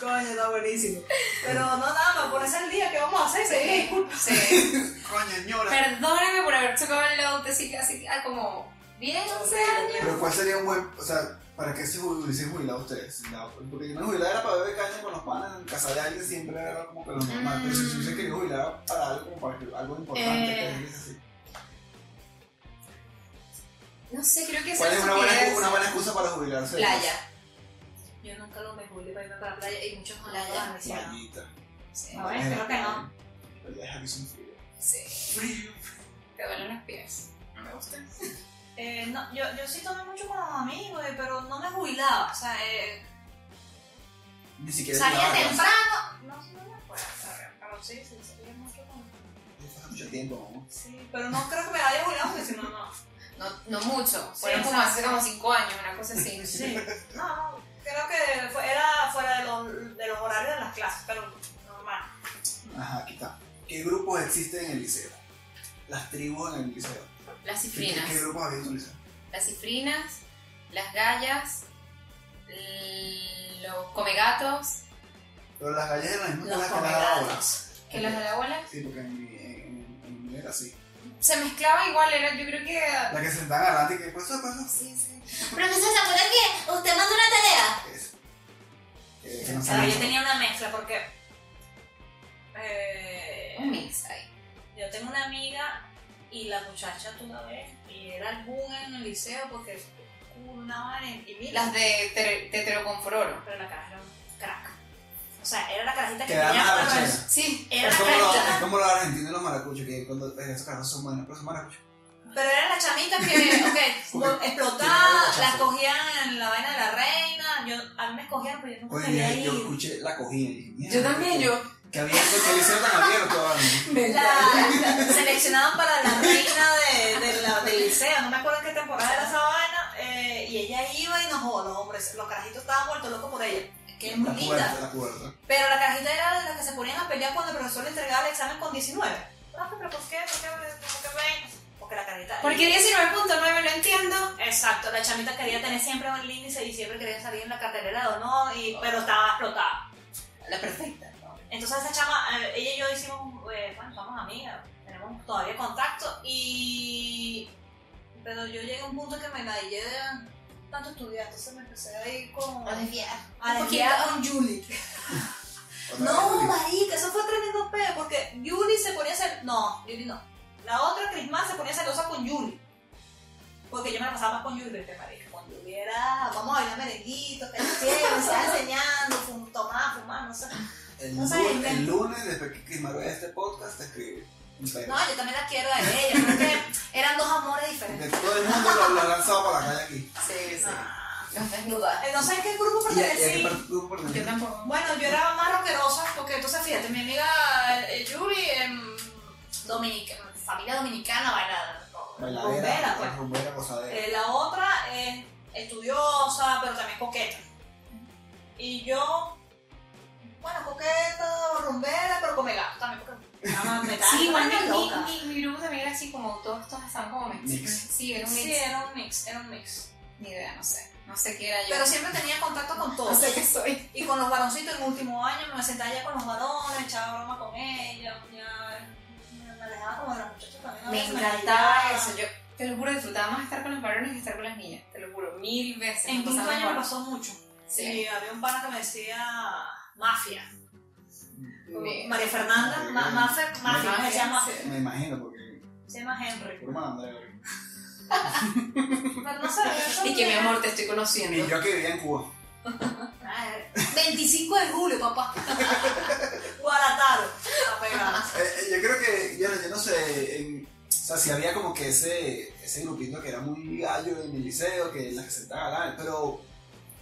D: Coño, está buenísimo. Pero no nada más, por ese día que vamos a hacer, seguir disculpa.
C: Sí.
A: Coño, señora.
C: Perdóname por haber chocado el lote, así que así que, ah, como 10, 11 años.
A: Pero ¿cuál sería un buen... O sea, ¿para qué se hubiesen jubilado ustedes? La- Porque yo me jubilaba era para beber caña con los panas en casa de alguien, siempre era como que lo normal. Pero si se hubiese querido jubilar para algo, como para que- algo importante,
D: Mm. Eh.
A: que es así.
C: No sé, creo que eso
A: ¿Cuál es una
C: estupidez.
A: buena, una buena excusa para jubilarse? Pues,
E: Playa.
D: Yo nunca lo me jubilé para irme para la playa y muchos
E: La
D: colegas me decían,
A: Bañita.
E: Sí.
D: A ver, espero que no.
A: Pero ya es aquí son frío.
C: Sí,
A: Frío.
C: te duelen los pies. No me gusta.
D: Eh, no, yo, yo sí tomé mucho con los amigos, eh, pero no me jubilaba. O sea, eh,
A: Ni siquiera
D: salía
A: llegaba a casa.
D: temprano. No, no me acuerdo, pero sí, sí, salía mucho con...
A: Hace mucho tiempo, ¿no?
D: Sí, pero no creo que me haya jubilado porque si no, no.
C: No, no mucho,
D: Sí,
C: fueron como
D: exacto.
C: hace como 5 años, una cosa así.
D: Sí, no, no, creo que fue- era fuera de los, de los horarios de las clases, pero normal.
A: Ajá, aquí está. ¿Qué grupos existen en el liceo? Las tribus en el liceo.
C: Las
A: ¿Qué, qué-
C: cifrinas.
A: qué grupos había en tu liceo?
C: Las cifrinas, las gallas, l- los comegatos,
A: Pero las gallas eran las mismas
D: Los
A: que las que las daban ahora.
D: comegatos.
C: que los de la abuela.
A: Sí, porque en mi, en, en mi era así.
C: Se mezclaba igual, era, yo creo que.
A: La que se sentaban adelante y que, pues, pues, pues,
C: Sí, sí.
E: Profesor, ¿se acuerda que usted mandó una tarea?
A: pues", es- eh, que no
D: Claro, Ah, yo
A: sabía.
D: tenía una mezcla porque eh,
C: Un mix ahí.
D: yo tengo una amiga y la muchacha tú la ves y era el boom en el liceo porque una vaina y mira,
C: Las de ter- tetroconfororo.
D: pero la cara era un crack. O sea, era la carajita que
A: Que era
D: tenía
A: más
D: una
A: arrechera.
C: Sí.
D: Era
A: Es
D: la
A: como, los, es
D: carajita,
A: como los argentinos y los maracuchos, que cuando eh, esos carros son buenos, pero son maracuchos.
D: pero era la chamita que, ok,
A: Porque
D: bo-
A: tenía
D: explotaba,
A: la
D: la
A: chafa.
D: cogían en la vaina de la reina, yo, a mí me escogían pero yo nunca
A: Oye,
D: quería
A: yo
D: ir.
A: escuché, la cogí y dije, mierda,
C: Yo también,
A: que-
C: yo.
A: Que había que el liceo tan abierto. ¿vale?
D: la, la- seleccionaban para la reina de, de la, del liceo, no me acuerdo en qué temporada era esa vaina, eh, y ella iba y nos jodó, los hombres, los carajitos estaban muertos locos por ella, que es muy
A: La
D: linda,
A: puerta, la puerta.
D: pero la carajita era de las que se ponían a pelear cuando el profesor le entregaba el examen con 19. Profe, pero ¿por qué? ¿Por qué? ¿Por qué ven? Porque la carajita...
C: Porque 19.9 no entiendo.
D: Exacto, la chamita quería tener siempre el índice y siempre quería salir en la cartelera de honor, y, pero estaba explotada.
C: La perfecta.
D: Entonces esa chama, eh, ella y yo hicimos, eh, bueno, somos amigas, tenemos todavía contacto y... Pero yo llegué a un punto que me la de tanto estudiar, entonces me empecé a ir con...
E: Lo desviaba.
D: A
E: un
D: desviar con Julie.
A: Otra
D: ah, No,
A: vez,
D: marica, eso fue tremendo peo, porque Julie se ponía a hacer... No, Julie no. La otra Crismán se ponía celosa con Julie. Porque yo me la pasaba más con Julie, ¿viste, marica? Con Julie era, vamos a bailar merenguitos, peluquero, me estaba enseñando, fum, tomar, fumar, no sé.
A: El,
D: No sé,
A: lunes,
D: invento.
A: el lunes, después que Crismar vea este podcast, te escribe. un pedo.
D: No, yo también la quiero a ella, creo que eran dos amores
A: Porque
D: diferentes.
A: todo el mundo lo, lo ha lanzado para la calle aquí.
C: Sí, sí.
D: Ah.
C: Los desnudas.
D: Eh, No sé a qué grupo
A: ¿Y a, y a qué
D: pertenecí.
A: par- grupo pertenece?
C: Yo tampoco.
D: Bueno, yo era más rockerosa, porque entonces fíjate, mi amiga eh, Yuri, em, dominica- familia dominicana, bailada,
A: Bailadera,
D: bombera, pues.
A: rumbera, gozadera.
D: Eh, la otra es estudiosa, pero también coqueta. Y yo, bueno, coqueta, rumbera, pero come gato también, porque nada más me
C: Sí, igual
D: me
C: mi,
D: loca.
C: mi, mi grupo también era así como todos estos estaban como mix.
A: Mix.
C: Sí, era un mix.
D: Sí, era un mix, era un mix.
C: Ni idea, no sé. No sé qué era yo.
D: Pero siempre tenía contacto con todos.
C: no sé qué soy.
D: Y con los varoncitos en el último año me sentaba ya con los varones, echaba broma con ellos, ya me alejaba fascinaba como los muchachos también. a
C: Me
D: veces
C: encantaba
D: veía-
C: eso. Yo te lo juro, disfrutaba más estar con los varones que estar con las niñas. Te lo juro, mil veces.
D: En
C: me
D: quinto
C: pasaba
D: año me
C: mejor.
D: pasó mucho.
C: Sí.
D: Y había un pana que me decía mafia.
C: Me-
D: María Fernanda, ma mafia, mafia,
C: Mafia,
D: me decía mafia.
C: sí.
A: Me imagino, porque.
D: Se llama Henry.
A: Por madre.
D: Pero no sé, yo
C: Y que mi
D: sabía-
C: amor, te estoy
A: Y
C: conociendo.
A: yo que vivía en Cuba.
D: Ay,
E: 25 de julio, papá.
D: Guarataro. La pegada.
A: Eh, eh, yo creo que, yo, no- yo no sé, en- o sea, si había como que ese, ese grupito que era muy gallo en el liceo, que las que sentaban a hablar, pero,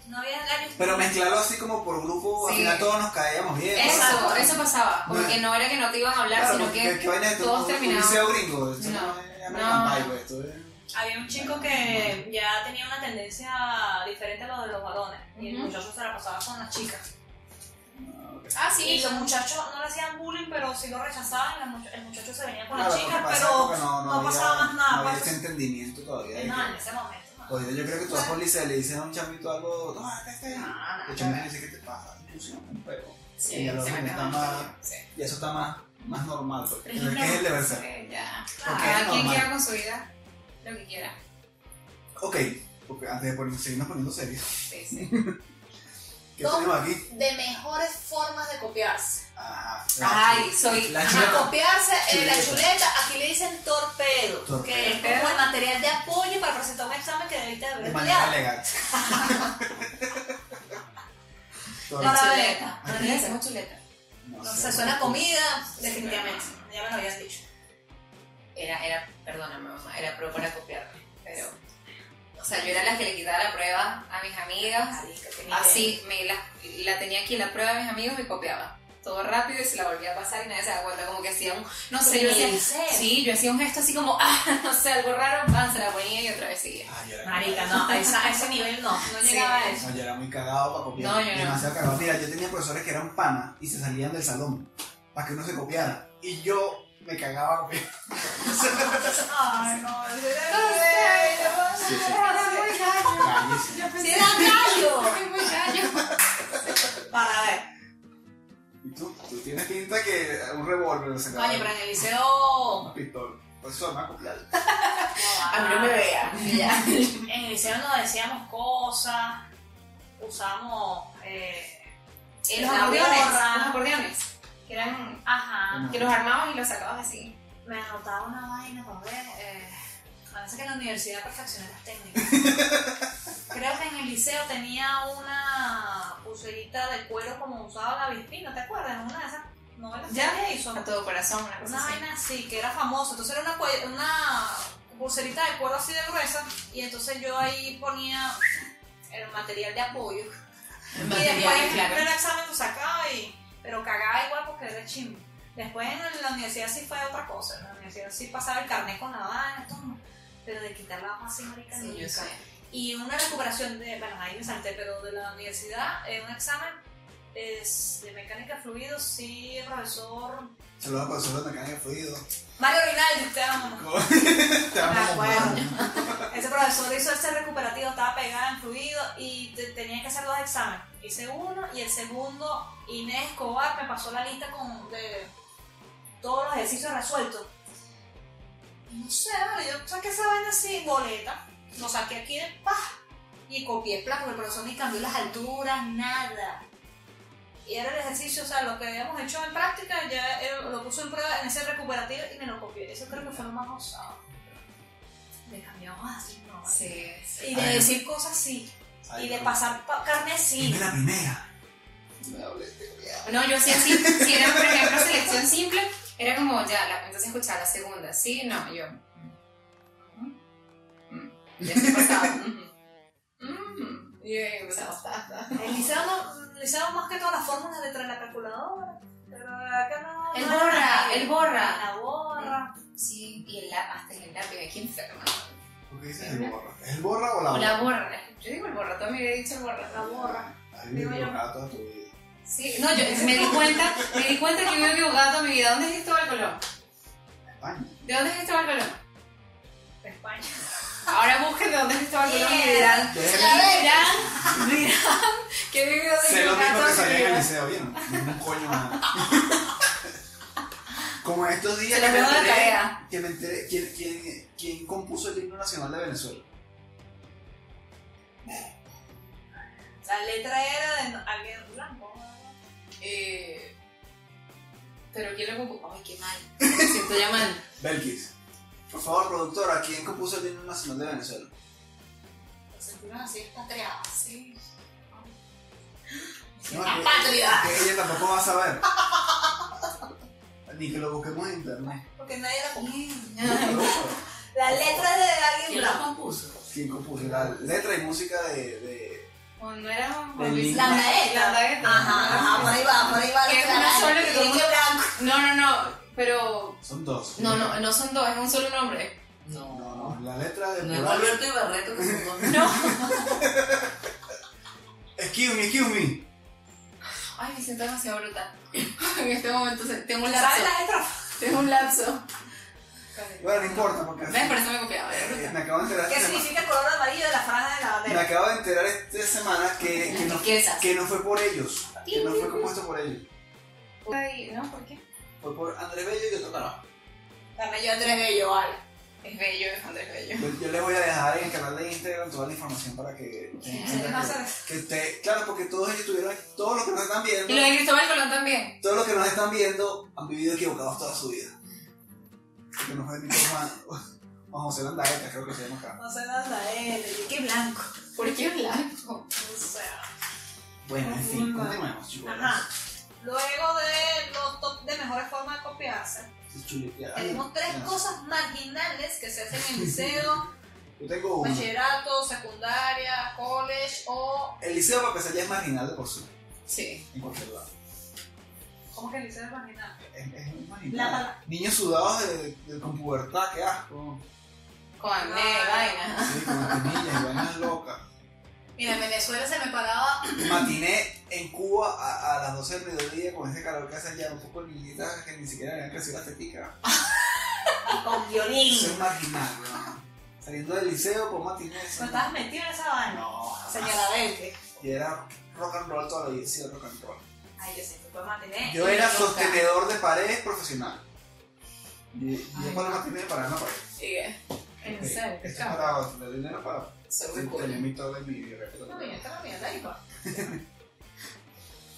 D: No había gallos.
A: pero mezclarlo así como por grupo, al
C: Sí.
A: final todos nos caíamos bien.
C: Eso,
D: Exacto.
C: eso pasaba. Como
A: No.
C: que no era que no te iban a hablar,
A: Claro,
C: sino
A: porque
C: que
A: qué vaina de tu-
C: todos
A: un-
C: terminaban.
A: Un liceo gringo, esto no,
C: No.
A: es American
C: No.
A: Pie, pues, esto es-
D: Había un chico que ya tenía una tendencia diferente a lo de los varones. Y el
C: Ujú.
D: muchacho se la pasaba con las chicas.
A: no, ok.
C: Ah,
D: Y
C: sí.
D: los muchachos no le hacían bullying, pero sí lo rechazaban. y los much- El muchacho se venía con
A: Claro,
D: las
A: porque
D: chicas,
A: para esa
D: pero
A: época pues, no, no
D: no pasaba
A: había-
D: más nada,
A: No había
D: pues.
A: ese entendimiento todavía. de
D: no, en
A: que-
D: ese momento. no.
A: Ahorita yo creo que tú vas por liceo y le dices a un chamito algo, no, este, este.
D: Ah,
A: El chamito dice, ¿qué te pasa? Inclusión, un peo.
C: Sí,
A: Y a los
C: se
A: hombres
C: meten
A: está
C: mucho.
A: mal.
C: Sí.
A: Y eso está más, más normal, pues.
C: Por
A: Pero es
C: ejemplo,
A: que es el deber ser.
C: sí, ya.
A: Ok,
C: Cada quien
A: normal.
C: quiera con su vida lo que quiera.
A: Ok, porque antes de poner- seguirnos poniendo serios,
C: Sí, sí.
A: ¿qué
E: Dos.
A: tenemos aquí? Ah,
E: De mejores formas de copiarse.
A: Ajá,
C: Ay, soy.
A: La
C: ajá.
A: chuleta.
E: Copiarse en la
A: Chuleta.
E: chuleta, aquí le dicen torpedo,
A: Torpedo.
E: que es como el material de apoyo para presentar un examen que debiste haber
A: de manera
E: estudiado.
A: legal. Todo
E: La
A: bien.
E: chuleta.
C: Pero le decimos chuleta.
A: No
E: No
A: sé.
E: sé, suena a comida,
D: Definitivamente, ya me lo habías dicho.
C: Era, era, perdóname mamá, era pro para copiarme. Pero. O sea, yo era la que le quitaba la prueba a mis amigas.
D: Marica, qué nivel.
C: Así, me la, la tenía aquí la prueba de mis amigos y copiaba. Todo rápido y se la volvía a pasar y nadie se daba cuenta. Como que hacía un. No sé, yo hacía. Sí, yo hacía un gesto así como, ah, no sé, algo raro, pan, se la ponía y otra vez seguía.
A: Ay, yo era,
D: Marica, no, a, esa- a ese nivel no, no
C: Sí.
D: llegaba a eso.
A: no, yo era muy cagado para copiar.
C: No, yo no.
A: Demasiado cagado. Mira, yo tenía profesores que eran panas y se salían del salón para que uno se copiara. Y yo me cagaba a copiar.
D: Ay, no, el nivel.
A: Sí, sí.
C: Muy gallo.
A: Calles.
D: Yo pensé-
E: ¡Era gallo!
C: Muy, muy gallo.
D: Para ver.
A: Y tú, tú tienes pinta que un revólver se
D: Oye, pero en el liceo.
A: Una pistola. Pues eso me va a copiar.
C: A mí no me vea. Ya.
D: En el liceo nos decíamos cosas, usamos. Eh,
C: Y los
D: la
C: acordeones.
D: gorra.
C: Los acordeones. Que eran
D: Ajá.
C: que los armabas y los sacabas así.
D: Me anotaba una vaina para ver. Eh, a veces que en la universidad perfeccioné las técnicas. Creo que en el liceo tenía una pulserita de cuero como usaba la Bispina, ¿te acuerdas? Una de esas novelas
C: Ya.
D: que ella hizo.
C: A todo corazón, una cosa
D: Una
C: así.
D: vaina así, que era famosa. Entonces era una, cue- una pulserita de cuero así de gruesa. Y entonces yo ahí ponía el material de apoyo. y después en el examen tú sacabas y. Pero cagaba igual porque era chimbo. Después en la universidad sí fue otra cosa. En la universidad sí pasaba el carnet con la vaina, todo. Pero de quitar la hoja así, marica,
C: Sí,
D: nunca.
C: yo sé.
D: Y una recuperación de, bueno, ahí me salté, pero de la universidad, eh, un examen es de mecánica fluido, sí, el profesor
A: Saludos a profesores de mecánica de fluido.
D: Mario Rinaldi, te amo.
A: Te amo
D: Me
A: como
D: acuerdo.
A: amo.
D: Ese profesor hizo este recuperativo, estaba pegada en fluido y te- tenía que hacer dos exámenes. Hice uno y el segundo, Inés Escobar me pasó la lista con de todos los ejercicios resueltos. No sé, vale, yo saqué esa vaina así, boleta, lo saqué aquí de pa y copié el plan porque el profesor ni cambió las alturas, nada. Y era el ejercicio, o sea, lo que habíamos hecho en práctica, ya era- lo puso en prueba en ese recuperativo y me lo copió. Eso creo que fue lo más osado. Me cambiamos así, no. vale.
C: Sí, sí.
D: Y de
A: Ay.
D: decir cosas sí.
A: Ay,
D: y de
A: pero-
D: pasar pa- carne sí.
A: Dime la primera.
C: No, yo hacía así. Si era, por ejemplo, selección simple, era como ya, la, entonces escuchaba la segunda. Sí, no, yo. mm, mm, Ya se pasaba. mm, mm, Y ahí empezamos. ta, ta.
D: El liceo, no, liceo más que todas las fórmulas detrás de la calculadora. Pero acá no.
C: El
D: no era
C: borra,
D: nada.
C: el borra.
D: La borra.
C: Sí, y el lápiz, hasta en el lápiz, aquí enferma.
A: ¿Por qué dices el borra? ¿Es el borra o la
C: O
A: borra?
C: la borra. Yo digo el borra, todavía he dicho el borra.
D: La borra.
A: A mí me
D: Digo yo.
A: equivocaba toda tu vida.
C: Sí, no, yo me di cuenta, me di cuenta que me había equivocado toda mi vida. ¿Dónde es Cristóbal Colón?
A: España.
C: ¿De dónde es Cristóbal Colón?
D: De España.
C: Ahora busquen de dónde es Cristóbal Colón y
E: Bien.
C: dirán,
A: Es
E: la ve.
C: Mirá, mirá, qué vivido de
A: lo mismo que
C: equivocados,
A: sabía en el
C: mirá.
A: liceo, ¿vieron? Un coño más. Como en estos días que
C: Se lo
A: me,
C: dejo de
A: enteré,
C: tarea.
A: que me enteré ¿quién, quién, quién compuso el himno nacional de Venezuela.
D: La letra era de alguien blanco.
C: Eh, pero quiero como. Ay, qué mal. Me siento ya mal.
A: Belkis, por favor, productora, ¿quién compuso el himno nacional de Venezuela?
E: Sentimos así expatriados.
C: Sí.
A: No,
E: ¡La
A: que-
E: patria!
A: que ella tampoco va a saber. Ni que lo busquemos en internet.
E: Porque nadie la comía.
D: La letra de alguien
E: ¿Quién la
D: blanco.
E: compuso?
A: ¿Quién compuso la letra y música de, de-
C: Cuando era Juan
A: Del
C: Luis-
A: niño.
E: La gaeta.
C: La gaeta.
E: Ajá, ajá, por ahí va, por ahí va.
C: Que es una sola que todo el
E: Y que
C: mundo-
E: blanco.
C: No, no, no. Pero.
A: Son dos.
C: No, no, no son dos, es un solo nombre.
A: No,
E: No.
A: no, la letra de
E: No es
A: Por Alberto-
E: Alberto y Barreto que son dos.
C: No.
A: Excuse me, excuse me.
C: Ay, me siento demasiado bruta. en este momento se- tengo un
D: ¿Sabes
C: lapso.
D: la letra?
C: Tengo un lapso.
A: Bueno, no importa porque
C: ¿Ves? Por eso me copiaba. era
A: eh,
C: bruta.
A: me acabo de enterar
D: ¿Qué
A: esta semana-
D: significa el color amarillo de la franja de la
A: me
D: bandera?
A: acabo de enterar esta semana que, que, no,
E: Riquezas.
A: que no fue por ellos, que no fue compuesto por ellos,
C: Ay, no, ¿por qué?
A: fue por Andrés Bello y otro carajo.
D: Dame yo Andrés Bello, vale.
C: Es bello, es Andrés Bello.
A: Yo, yo les voy a dejar en el canal de Instagram toda la información para que, que te- claro, porque todos ellos tuvieron, todos los que nos están viendo,
C: Y lo de Cristóbal Colón también.
A: todos los que nos están viendo han vivido equivocados toda su vida. Porque nos fue ni Juan, Juan José Landaeta, creo que se llama acá.
D: No sé nada él. Qué blanco.
C: ¿Por qué blanco?
D: O sea.
A: Bueno, en fin, continuemos, chicos.
D: Ajá. Luego de los top de mejores formas de copiarse, tenemos tres cosas marginales que se hacen en liceo,
A: Yo tengo uno.
D: bachillerato, secundaria, college o...
A: El liceo para empezar ya es marginal de por sí,
C: Sí.
A: en cualquier lado.
D: ¿Cómo que liceo es marginal?
A: Es, es un
D: La
A: marginal.
D: palabra.
A: Niños sudados de, de- con pubertad, qué asco.
C: Con de
D: Ah.
C: vaina.
A: Sí, con espinillas y vainas locas.
D: Mira, en Venezuela se me paraba...
A: Matiné en Cuba a, a las 12 del mediodía con ese calor que hace allá, un poco de niñitas que ni siquiera habían crecido la tetica.
D: Con
A: Eso
D: violín.
A: es marginal, weón. Saliendo del liceo con matiné. eso
D: ¿No estabas metido en esa vaina?
A: No,
D: Señora Vente.
A: Y era rock and roll toda la vida, sí, rock and roll.
D: Ay, yo siempre puedo mantener.
A: Yo era
C: loca.
A: sostenedor de paredes profesional. Y, y yo
C: Ay,
A: para
C: no.
A: matiné para una pared.
C: Sigue. En
A: Ok,
C: serio.
A: Esto es
C: cabrón.
A: para obtener dinero para
C: Soy muy
A: tener
C: cool.
A: mi todo de mi respeto.
D: No, mira, esta es la mía, la hijo.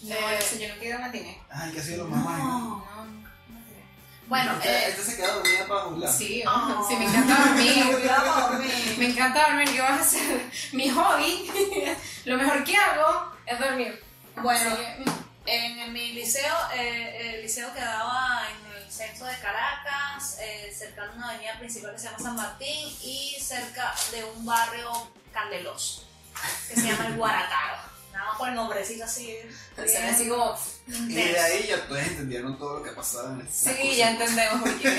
C: No,
D: Eh,
C: eso yo no quiero matiné.
A: Ay, que ha sido lo más mágico.
C: No, no, matiné. Bueno,
A: Esta-
C: eh,
A: esta se queda dormida para jubilar.
C: sí,
D: Ah.
C: sí, me encanta dormir.
D: Cuidado a dormir.
C: Me encanta dormir, ¿qué vas a hacer? Mi hobby, lo mejor que hago es dormir.
D: Bueno,
C: Así que,
D: En, en mi liceo, eh, el liceo quedaba en el centro de Caracas, eh, cerca de una avenida principal que se llama San Martín y cerca de un barrio candeloso que se llama el Guarataro. Nada más por el nombrecito así.
C: o
D: bien
C: sea, así como,
A: Y de
D: intenso.
A: ahí ya ustedes entendieron todo lo que pasaba en el
C: sí, ya entendemos por qué.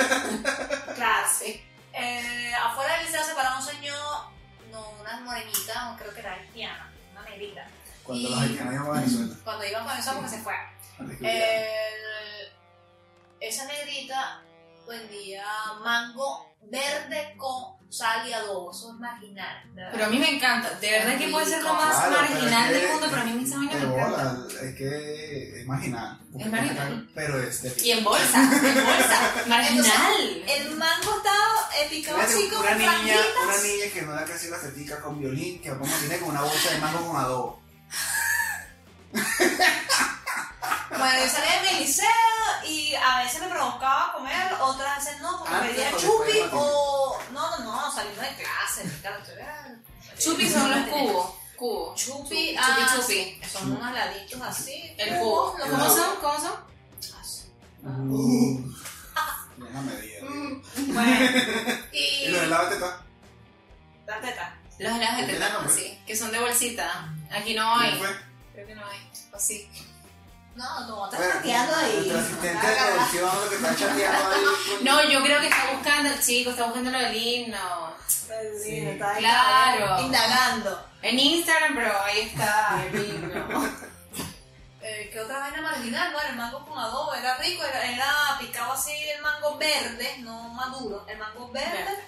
D: Claro, sí. Eh, afuera del liceo se paraba un señor, no, una morenita, o creo que era haitiana, una negrita.
A: Cuando
D: Y-
A: los haitianos iban a Venezuela.
D: Cuando iban con eso porque se fue.
A: antes que
C: Eh,
A: hubiera.
D: El- esa negrita vendía mango verde con sal y adobo. Eso es marginal. de verdad.
C: Pero a mí me encanta. De verdad que puede ser lo más
A: Claro, pero es
C: marginal
A: que-
C: del mundo, pero a mí esa vaina me
A: de
C: encanta.
A: bola, Es que es marginal.
C: Es marginal.
A: Pero este, es de
C: Y en bolsa, en bolsa. Marginal.
E: El mango estaba eh, picado
A: Fíjate,
E: así con
A: una niña,
E: franjitas.
A: una niña que no le ha crecido la tetica con violín, que como tiene con una bolsa de mango con adobo.
D: Bueno, yo salía de mi liceo y a veces me provocaba comer, otras veces no, porque
A: Antes
D: pedía
A: o después
D: chupi
A: de la tienda.
D: o. No, no, no, saliendo de clase. claro, estoy- ah,
C: Chupi son los cubos. Cubos.
D: Chupi,
C: eh, Chupi,
D: ah,
C: chupi,
D: sí,
C: chupi.
D: Son unos laditos así.
C: El cubo.
D: los
C: ¿Cómo
D: cubos
C: son? ¿Cómo son?
D: son así.
C: Ah.
A: Uh. Buena medida.
C: Mm,
D: Bueno,
A: Y
D: y.
A: lo del lado de teta.
D: La teta.
C: Los helados de
A: ¿Tiene
C: teta,
A: nombre?
C: sí. Que son de bolsita. Aquí no hay.
A: fue?
C: Creo que no hay. O sí.
D: No, no, estás
A: Bueno,
D: chateando ahí.
A: Nuestra asistente de producción, lo que está chateando ahí. coño.
C: No, yo creo que está buscando el chico, está buscando lo del himno.
D: Sí,
A: Sí.
D: está ahí
C: Claro.
D: Indagando.
C: En Instagram, pero ahí está el himno.
D: Eh, ¿Qué otra vaina marginal? Bueno, el mango con adobo era rico, era, era picado así el mango verde, no maduro, el mango verde,
C: Verde.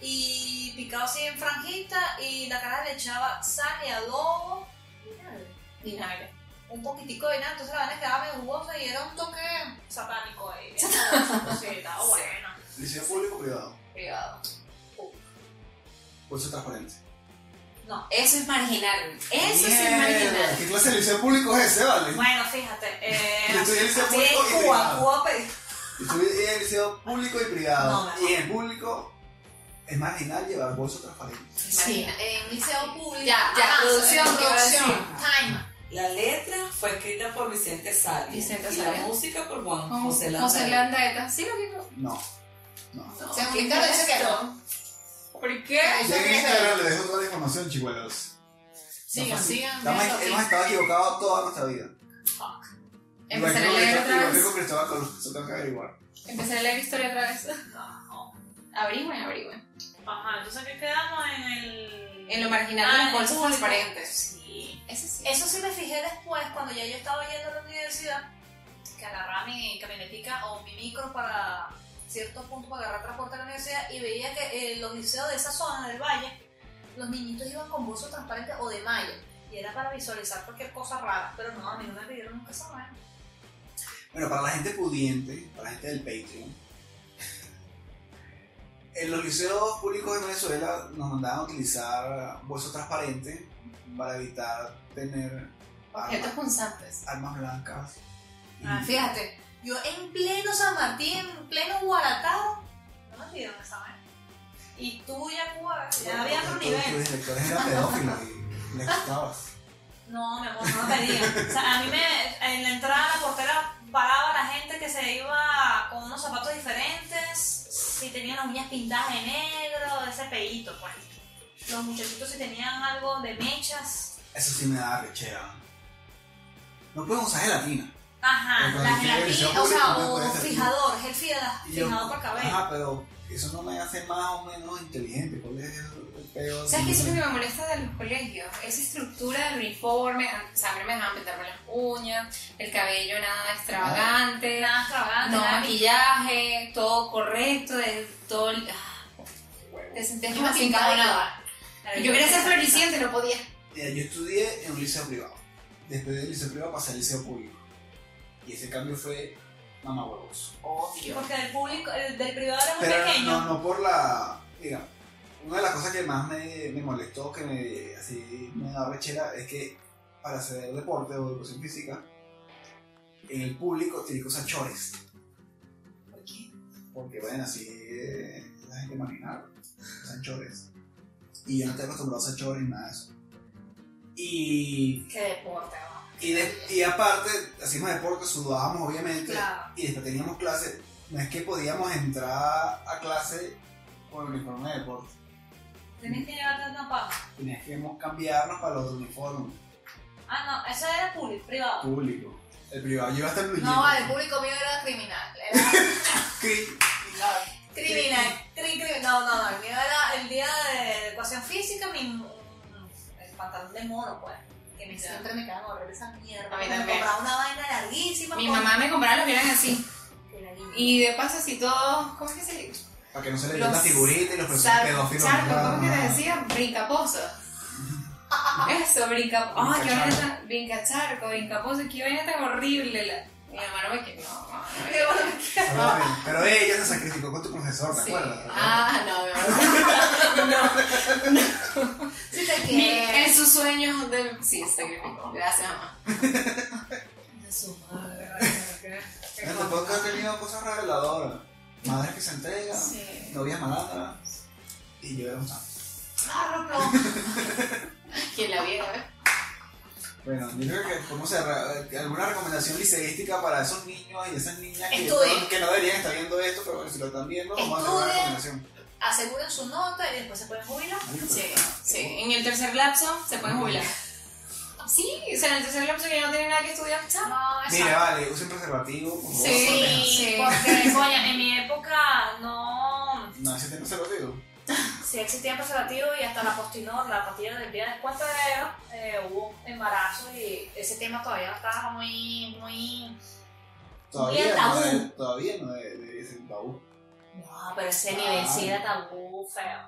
D: y picado así en franjita y la cara le echaba sal y adobo.
C: Vinagre.
D: un poquitico de nada, entonces la vaina quedaba medio jugosa y era un toque satánico ahí. Sí, estaba bueno.
A: ¿Le hicieron público o privado?
C: privado.
A: Por eso es transparente.
D: No.
C: Eso es marginal. Eso sí es
A: Mierda,
C: marginal.
A: ¿Qué clase de liceo público es ese, vale?
D: Bueno, fíjate. Eh,
A: Yo estoy en liceo
D: así
A: público y
D: es Cuba,
A: privado.
D: Cuba pues, pe-
A: Yo estudié en el liceo público y privado.
D: No,
A: y en el público es marginal llevar bolso transparente.
E: Sí, en un liceo público.
C: Ya,
D: Ah,
C: ya,
E: Ajá,
C: producción,
E: en
C: producción. Time.
F: La letra fue escrita por Vicente Salia
C: Vicente
F: y
C: Salia.
F: la música por Juan
C: Con
F: José
C: José,
F: Lanzaré.
C: Landaeta. Sí, lo digo.
A: No. No.
E: O sea, Ricardo dice que no.
C: ¿Por qué?
E: Eso
A: Ya en
E: es
A: Instagram le dejo toda la información, chicuelos.
E: Sigan,
A: Nos
E: sigan,
A: Estamos-
E: vean lo que-
A: hemos estado equivocados toda nuestra vida. Igual
C: Empezaré
A: que
C: a
A: con
C: leer
A: Cristóbal-
C: otra
A: igual que
C: vez.
A: con Cristóbal Colón, eso tengo que averiguar.
C: Empezaré a leer historia otra vez.
D: No.
C: Abrigüen, abrigüen.
D: Ajá, entonces ¿qué quedamos en el.
C: En lo marginal de
D: Ah,
C: los
D: en el
C: bolsos
D: público.
C: transparentes.
D: Sí.
C: Ese sí.
D: Eso sí me fijé después, cuando ya yo estaba yendo a la universidad, que agarraba mi camionetica o mi micro para ciertos puntos para agarrar transporte a la universidad y veía que eh, los liceos de esa zona del valle, los niñitos iban con bolsos transparentes o de malla. Y era para visualizar cualquier cosa rara, pero no, a mí no me pidieron nunca esa vaina.
A: Bueno, para la gente pudiente, para la gente del Patreon, en los liceos públicos de Venezuela nos mandaban a utilizar bolsos transparentes para evitar tener
C: Objetos
A: armas,
C: punzantes.
A: armas blancas. y-
D: Ah, fíjate, yo en pleno San Martín, en pleno Guaratao, no me pidieron esa vaina. ¿eh? Y tú ya Cuba, ya había otro
A: Porque todos
D: nivel.
A: Tus directores eran pedófilos y les gustabas.
D: No, mi amor, no me pedían. O sea, a mí me, en la entrada la portera paraba la gente que se iba con unos zapatos diferentes, si tenían las uñas pintadas de negro, ese pelito, pues. Los muchachitos si tenían algo de mechas.
A: Eso sí me da rechea. No pueden usar gelatina.
D: Ajá,
A: Pero
D: la
A: cuando llegue el
D: gelatina,
A: liceo
D: o sea,
A: público,
D: o
A: puede ser.
D: fijador, gel fija-
A: Y yo-
D: fijador por cabello.
A: Ajá, pero eso no me hace más o menos inteligente. ¿Cuál es el peor?
C: ¿Sabes qué? Eso es lo que me molesta de los colegios. Esa estructura del uniforme. O sea, a mí no me dejaban pintarme las uñas, el cabello nada extravagante.
D: Nada extravagante,
C: No
D: nada
C: maquillaje, todo correcto, de- todo. ah, Te sentías como sin nada. Yo quería ser floreciente, no podía.
A: Mira, yo estudié en un liceo privado. Después del liceo privado pasé al liceo público. Y ese cambio fue mamá huevos.
D: Porque del público, el del privado era muy
A: Pero
D: pequeño.
A: no, no por la. Mira, una de las cosas que más me, me molestó, que me, así me da rechera, es que para hacer deporte o educación física, en el público tienes que usar chores.
D: ¿Por qué?
A: Porque, bueno, así eh, la gente marginal usan chores. Y yo no estoy acostumbrado a usar chores ni nada de eso. Y,
D: Qué deporte, ¿no?
A: y, de- y aparte, hacíamos deporte, sudábamos obviamente
D: Claro.
A: y después teníamos clase, no es que podíamos entrar a clase con el uniforme de deporte.
D: Tienes que llevarte una paja.
A: Teníamos que cambiarnos para los uniformes
D: Ah, no, eso era público, privado.
A: público. El privado lleva hasta el blue jean.
E: No, el público mío era criminal. Era
A: Cri-
D: Criminal, cri, cri- No, no, no, el mío era el día de educación física, mi. el pantalón de mono, pues. Que me, siempre me quedaban horribles esa mierda.
C: A mí
D: me
C: también.
D: compraba una vaina larguísima.
C: Mi
D: con-
C: mamá me compraba los que eran así.
D: que la niña-
C: Y de paso, así todos. ¿Cómo es que se dice?
A: Para que no se le
C: Los
A: vean las figuritas y los profesores pedófilos.
C: Charco,
A: ¿verdad?
C: ¿cómo que te decía? Brincapozo. Eso, brincapozo. Ah, qué vaina tan. Brincacharco, brincapozo, qué vaina tan horrible. la- Mi mamá no me quiere. No, mamá, no me
D: Qué bueno.
A: Ahora bien, Pero ella se sacrificó con tu profesor, ¿te
C: Sí.
A: acuerdas?
C: Ah, no, mi mamá.
E: Sí, te
C: Mi-
E: quiero.
C: En sus sueños de. Sí, sacrificó. Gracias, mamá.
E: Su madre.
A: En este podcast he tenido cosas reveladoras. Madres que se entregan, novias malandras. Y yo era un santo.
D: Ah, roplón.
C: Quien la viera, ¿ves?
A: Bueno, yo creo que podemos cerrar. ¿Alguna recomendación liceística para esos niños y esas niñas que,
D: Estudien.
A: que no deberían estar viendo esto, pero bueno, si lo están viendo, vamos a hacer una
D: Estudien.
A: recomendación.
D: Aseguren su nota y después se pueden jubilar.
C: Sí, sí. En el tercer lapso se pueden jubilar. Sí, o sea, en el tercer lapso que ya no tienen nada que estudiar, chao.
D: No,
A: Mire, vale, usen preservativo. por favor, protejan.
D: Sí,
C: Sí.
D: porque, coño, en mi época no.
A: No, ese tiene preservativo.
D: Sí existían preservativos y hasta la postinor, la pastilla del día después de era, eh, hubo embarazo y ese tema todavía no estaba muy, muy...
A: Todavía
D: Bien
A: no,
D: tabú.
A: es- todavía no es, es un tabú.
D: No, pero ese nivel sí era tabú feo.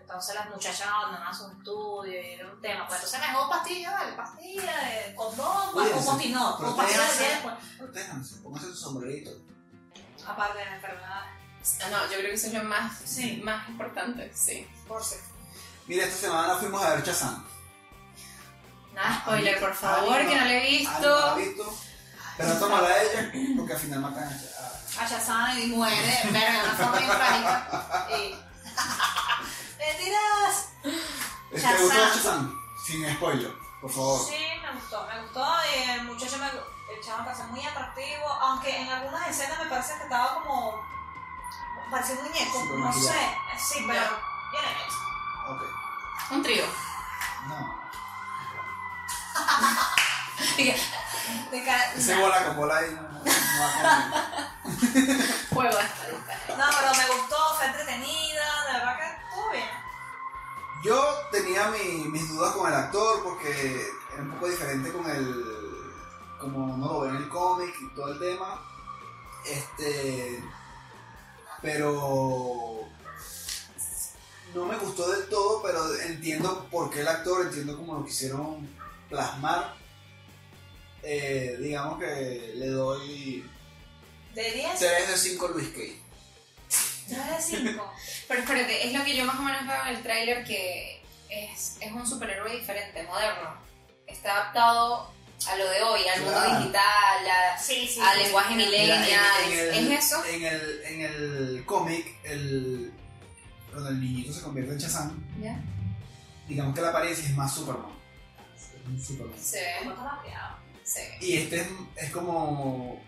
D: Entonces las muchachas abandonaban sus estudios y era un tema. Pues entonces mejor pastillas, vale, pastillas de condón,
A: Cuídense,
D: un continuo,
A: protéjanse.
D: con pastillas de tiempo.
A: Protéjanse, pónganse su sombrerito.
D: Aparte de la enfermedad.
C: Ah, no, yo creo que eso es lo más,
D: Sí.
C: más importante, sí.
D: Por si.
A: Mira, esta semana fuimos a ver Chazán.
C: Nada, spoiler, por favor,
A: Ah, no.
C: que no lo he
A: ¿Has
C: visto.
A: visto? Pero tómala a ella, porque al final matan a Chazán.
D: A Shazam Ah, y muere, verga, de una forma infránica. Y... ¡Mentiras!
A: ¿Te
D: Shazam.
A: gustó Shazam? Sin spoiler, por favor.
D: Sí, me gustó, me gustó y el muchacho me, el chavo me pareció muy atractivo, aunque en algunas escenas me parece que estaba como parecía un muñeco,
A: Sí,
D: no
A: sí.
D: sé, eh, sí, pero bien hecho.
A: Ok.
C: Un trío.
A: No.
D: De cara-
A: Ese bola con bola ahí no, no va a convenir.
C: Juego hasta la
D: no, pero me gustó, fue entretenida, de verdad que estuvo bien.
A: Yo tenía mi- mis dudas con el actor porque era un poco diferente con el. Como no lo ve en el cómic y todo el tema. Este. Pero. No me gustó del todo, pero entiendo por qué el actor, entiendo cómo lo quisieron plasmar. Eh, digamos que le doy
D: De 10,
A: 3 de 5 a Luis Cage.
D: 3 de 5.
C: Pero espérate, es lo que yo más o menos veo en el tráiler que es, es un superhéroe diferente, moderno. Está adaptado a lo de hoy, al mundo
A: Claro.
C: digital, a-
D: Sí, sí.
C: al lenguaje
A: Mira,
C: millennial.
A: en- en el-
C: ¿Es eso?
A: En el, en el cómic, el, cuando el niñito se convierte en Shazam,
C: ¿Ya?
A: digamos que la apariencia es más Superman. Es un Superman.
C: Sí,
D: Está mapeado,
C: sí.
A: Y este es, es como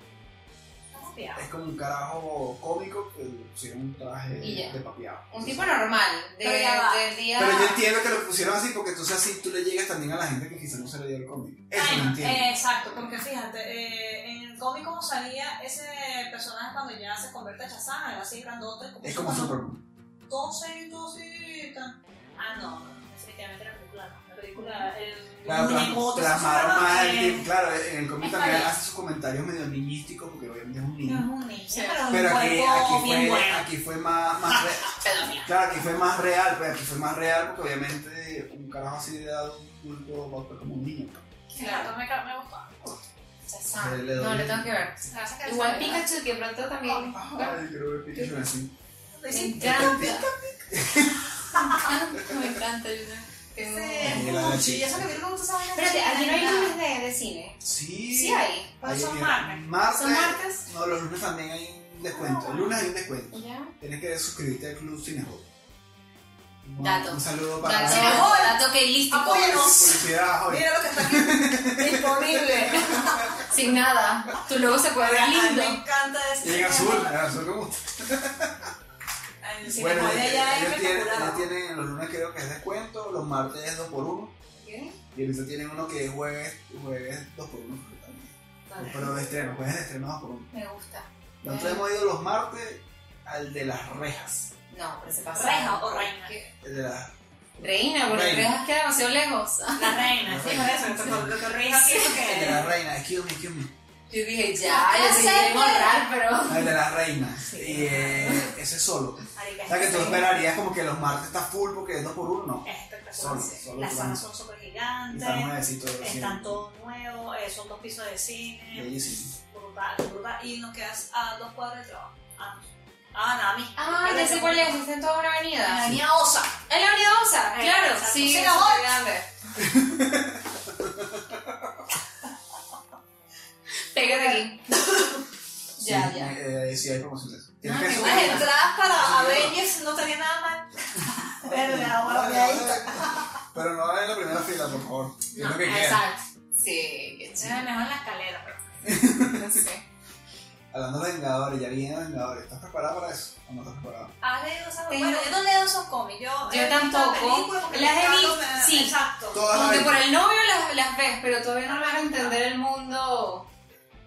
D: está mapeado.
A: es como un carajo cómico que le pusieron un traje
C: Y ya.
A: de papiado.
C: Un tipo normal, de,
D: Pero ya va.
C: del día.
A: Pero yo entiendo que lo pusieron así porque entonces así tú le llegas también a la gente que quizás no se le dio el cómic. Eso
D: Ay,
A: lo entiendo.
D: eh, exacto, porque fíjate, eh, en el cómic como salía ese personaje cuando ya se convierte en Shazam, algo así grandote, como
A: es como
D: Superman.
A: Superman.
D: Entonces, entonces, tan- Ah, no, definitivamente la película no. La película, el
A: Claro,
D: el
A: plas-
D: muñecote,
A: plasmaron
D: Superman,
A: mal.
C: eh.
D: que-
A: Claro, en el cómic
D: está
A: también
D: bien.
A: hace sus comentarios medio niñísticos porque obviamente es un
D: No es
A: niño.
D: un niño,
C: Sí.
D: pero es un
A: Pero aquí, aquí
D: cuerpo bien
A: fue,
D: bueno. Ah,
A: aquí fue más, más re-
C: Pedofilia.
A: Claro, aquí fue más real, pues aquí fue más real porque obviamente un carajo así de edad, un culto va a ser como un niño.
D: Claro, me, ca- me gustó.
C: Shazam.
A: Le- le doy.
C: No, lo tengo que ver.
D: Gracias, que
C: Igual
D: se-
C: Pikachu, que pronto también.
A: Ay, creo que Pikachu es así.
D: Sí,
C: Me
D: sí.
C: encanta. Me encanta, yo tengo.
D: Sí,
A: Mira,
D: como-
A: la
D: sí,
A: chica.
D: eso que vieron con tus amigas.
C: Espérate, allí no hay lunes de, de cine.
A: Sí.
C: Sí hay.
D: Pero
A: Ahí
D: son
A: viene.
D: martes.
A: Martes.
C: ¿Son martes?
A: No, los lunes también hay un descuento. El lunes hay un descuento.
C: Ya.
A: Tienes que suscribirte al Club Cinehop. Un,
C: Dato.
A: un saludo para
C: Dato,
D: Cinehall.
C: dato que lístico.
D: Apóyanos.
A: publicidad hoy.
D: Mira lo que está aquí disponible.
C: Sin nada. Tu logo se puede ver
D: Ay,
C: lindo.
D: me encanta este.
A: Y en azul, en azul me gusta.
D: El cine
A: Bueno,
D: de
A: ellos
D: allá es
A: ellos tienen, ellos
D: espectacular.
A: tienen, los lunes creo que es descuento, los martes es 2x1. Y ahorita tienen uno que es jueves, jueves 2 por 1 Pero de estreno, jueves de estreno 2 por 1
C: Me gusta.
A: Nosotros hemos ido los martes al de las rejas.
C: Eh, No, pero se pasa.
D: Reja o reina.
C: ¿Qué?
A: El de las...
C: Reina, porque
A: Reina.
C: Rejas queda demasiado lejos.
D: La reina, sí, por eso. Lo lo que reina aquí es
A: El de
D: que.
A: las reinas, excuse me, excuse me.
C: Yo dije, Ah, ya, yo sí quería borrar, pero.
A: Ah, El de las reinas. Y eh, ese es solo. O sea que tú esperarías como que los martes está full porque es 2 por 1 no. Solo,
D: espectacular.
A: solo
D: Las
A: plan.
D: salas son súper
A: Y
D: gigantes,
A: Está nuevecito
D: están
A: recién.
D: todo nuevo, eh, son dos pisos de cine,
A: Bellísimo.
D: brutal, brutal, y nos quedas a dos cuadras de trabajo. Ah, ah Nami.
C: Ah, ya sé cuál es, está en toda una avenida.
D: Nami Osa.
C: Es la avenida Osa,
D: Eh,
C: claro.
D: exacto.
C: Sí,
D: Sí,
C: es
D: la
C: súper
D: Osa.
C: grande. Pégate aquí. Ya,
A: Sí,
C: ya.
A: eh, sí, hay promociones. Tienes
C: Ah,
A: que
C: qué
A: subir.
D: Las
C: bueno.
D: entradas
A: Sí,
D: para Avengers no tenía nada mal. Pero ahora me ahí está.
A: Pero no en la primera fila, por favor. Es lo que queda.
C: Exacto. Sí, qué
D: Se ve
C: chévere.
D: mejor en la escalera, pero.
C: No sé.
A: Hablando de Vengadores, ya viene Vengadores. ¿Estás preparada para eso? ¿O no estás preparada?
D: ¿Has leído esas
C: Tengo-
D: Bueno, yo no leo esos cómics. Yo,
C: Yo
D: he visto
C: tampoco.
D: películas porque
C: Las he
D: me
C: visto,
D: encanta,
C: sí.
D: Exacto.
A: Todas
C: Como que
A: las-
C: por el novio las, las ves, pero todavía no logro entender el mundo.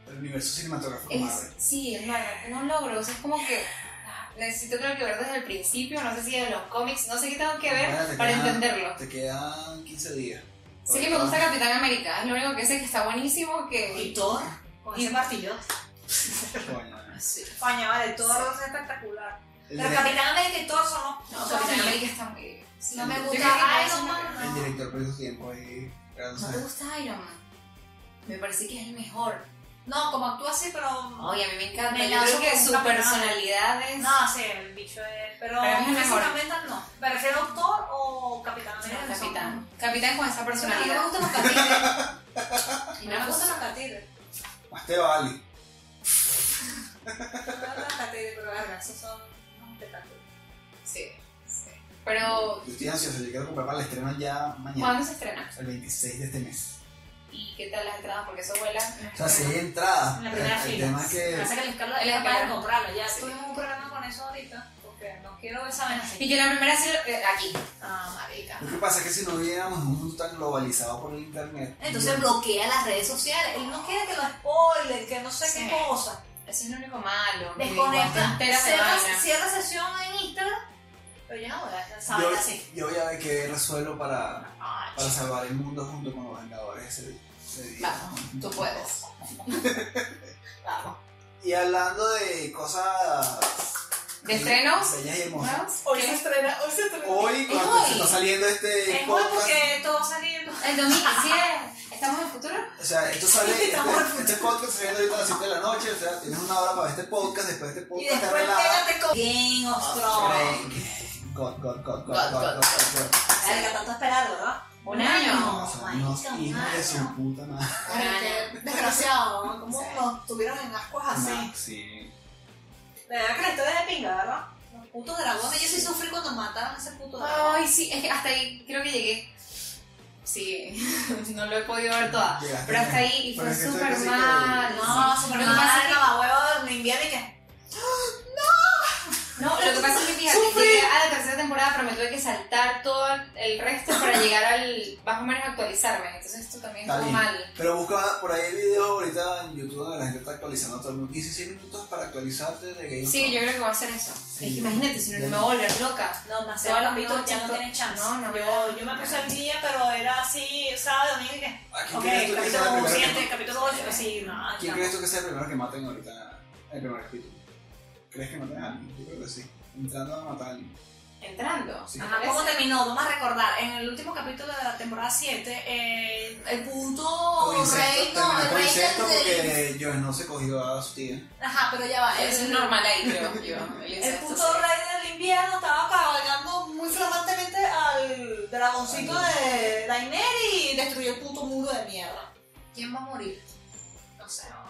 A: el universo cinematográfico
C: Es,
A: Marvel.
C: sí, es malo, no logro. O sea, es como que ah, necesito creo que ver desde el principio, no sé si de los cómics, no sé qué tengo que
A: Bueno, te
C: ver para
A: quedan-
C: entenderlo.
A: Te quedan 15 días.
C: Sé que me gusta Capitán América, es lo único que sé que está buenísimo, que...
D: Y Thor, con ese martillo.
A: Coño, eh.
C: Sí.
D: España, vale, Thor es espectacular.
A: El,
D: Pero
A: direc-
D: Capitán América y Thor son los-
C: No,
D: son
C: Capitán
D: los-
C: América está muy bien.
E: No me
C: Yo
E: gusta
C: creo que no es
E: Iron
C: una-
E: Man.
A: el director perdió su tiempo ahí. claro, no
C: ¿No te
A: sé.
C: gusta Iron Man? Me parece que es el mejor.
D: No, como actúa así, pero. No,
C: Oye, a mí me encanta.
D: Me
C: Yo creo
D: lanzo
C: que
D: con
C: su
D: Capitán.
C: personalidad es...
D: sí, el bicho es. Pero,
C: Pero es el mejor.
D: físicamente no. Me refiero a Thor o Capitán América. que son-
C: Capitán. Capitán con esa
D: A mí me
C: personalidad.
D: gustan los catires.
C: Y
D: Me gustan
C: no gusta-
D: los catires.
A: Más te vale.
D: Me gustan los catires, pero verga, esos son unos espectáculos.
C: Sí, sí. Pero,
A: Yo estoy ansioso, yo quiero comprar para el estreno ya mañana,
C: ¿cuándo se estrena?
A: el 26 de este mes.
C: ¿Y qué tal las entradas? Porque eso vuela.
A: O sea, si hay entradas,
D: En la primera
A: el, el
D: fila.
A: tema es
D: Me
A: que
D: Parece que el escalo
C: El
D: es capaz de
C: escalo.
D: comprarlo. Ya
C: Sí.
D: tuvimos un problema con eso ahorita, porque no quiero esa vaina así.
C: Y que la primera sí lo- eh, aquí. Ah, marica.
A: Lo que pasa es que si no viéramos en un mundo tan globalizado por el internet.
D: Entonces bloquea las redes sociales. Él no quiere que lo spoilen, que no sé
C: Sí.
D: qué cosa.
C: Eso es lo único malo. que igual
D: Desconecta.
C: te entera
D: Cierra,
C: semana.
D: cierra sesión en Instagram. Pero yo no voy a saber
A: yo,
D: así.
A: yo voy a ver qué resuelvo para,
D: Ah,
A: para salvar el mundo junto con los Vengadores ese, ese día.
C: Vamos, tú puedes. Vamos.
A: Y hablando de cosas
C: ¿De estrenos?
A: bellas y hermosas.
C: ¿Nuevos?
D: Hoy se estrena, hoy se estrena.
A: Hoy, cuando
C: hoy.
A: se está saliendo este
D: Es hoy
A: podcast,
D: porque todo va saliendo.
C: El domingo, sí es. ¿Estamos en el futuro?
A: o sea, esto sale, este,
D: Estamos al
A: este podcast se sale ahorita a las 7 de la noche, o sea, tienes una hora para ver este podcast, después de este
D: Y
A: podcast te
D: después
A: relajas.
D: pégate con Game
A: Ah,
D: of Thrones.
A: God, God, God, God, God,
C: God,
A: God,
C: God,
A: God, God.
D: Salga tanto esperar, ¿verdad?
C: Un año.
A: O sea,
D: Oh
A: unos hijos de su puta madre.
E: Ay, qué
D: Desgraciado, ¿no? ¿Cómo
C: Sí.
D: nos tuvieron en ascuas así?
A: Sí.
D: De verdad que la historia es de pinga, ¿verdad? Los putos dragones, yo sí sufrí cuando mataron a ese puto dragón.
C: Ay, sí, es que hasta ahí creo que llegué. Sí, no lo he podido ver toda.
A: Llegaste.
C: Pero hasta ahí y
A: Pero
C: fue
A: es que estoy
C: súper
A: casi que-
C: mal.
D: No,
C: sí.
D: super
C: Lo que pasa es que-
D: no, huevo, me invierno y que.
C: No, lo que pasa es que fíjate,
D: Sufrí.
C: llegué a la tercera temporada, pero me tuve que saltar todo el resto para llegar al, más o menos actualizarme. Entonces esto también
A: Está
C: estuvo
A: bien.
C: mal.
A: Pero busca por ahí videos ahorita en YouTube donde la gente está actualizando todo el mundo. 16 minutos para actualizarte de Game of
C: Sí, yo
A: Thrones.
C: creo que va a ser eso.
A: Sí.
C: Es que imagínate, si no
A: Ya.
C: me voy a volver loca.
D: No, me
C: Todos los
D: los
C: pitos
D: ya no
C: chicos.
D: tienen chance.
C: No, no,
D: yo, yo me puse al día, pero era así, sábado, domingo y que.
A: Aquí
D: Ok,
A: Ah, crees tú que sea la
D: capítulo
A: primera
D: 7,
A: que-
D: capítulo 8, así, no. ya.
A: ¿Quién crees tú que sea el primero que maten ahorita el primer capítulo? ¿Crees que maten a alguien? Yo creo que sí. Entrando a matar a alguien.
C: Entrando.
A: Sí.
D: Ajá, ¿Cómo terminó? Vamos a recordar, en el último capítulo de la temporada 7, eh, el
A: Con
D: puto
A: insecto,
D: rey, no,
A: terminó
D: el
A: con
D: rey
A: insecto
D: del...
A: porque yo no se cogió a su tía.
D: Ajá, pero ya va,
C: Eso es
D: el,
C: normal ahí, creo yo.
D: el puto rey del invierno estaba cabalgando muy flamantemente al dragoncito de Daenerys y destruyó el puto muro de mierda.
C: ¿Quién va a morir?
D: No sé, no.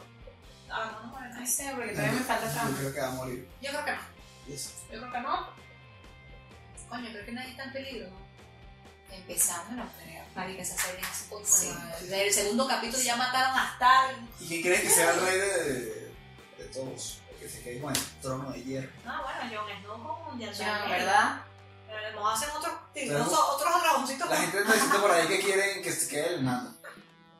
D: Ah, no, no, no,
C: No
D: no.
C: sé, porque todavía me falta
A: Yo
C: trama.
A: creo que va a morir.
D: Yo creo que no.
A: Yes.
D: Yo creo que no. Coño, creo que nadie está en peligro, ¿no?
C: Empezando, no creo. Marica, esa serie es un poco
D: Sí.
C: mal.
D: El segundo capítulo ya mataron a Stark.
A: ¿Y quién crees que sea el rey de, de todos? El que se quede con el trono de hierro.
D: Ah, bueno, Jon Snow con Jon Snow.
C: Ya, ¿verdad?
D: Pero hacen otros
A: Pero-
D: otros dragoncitos.
A: La gente está diciendo por ahí que quieren que se quede el nano.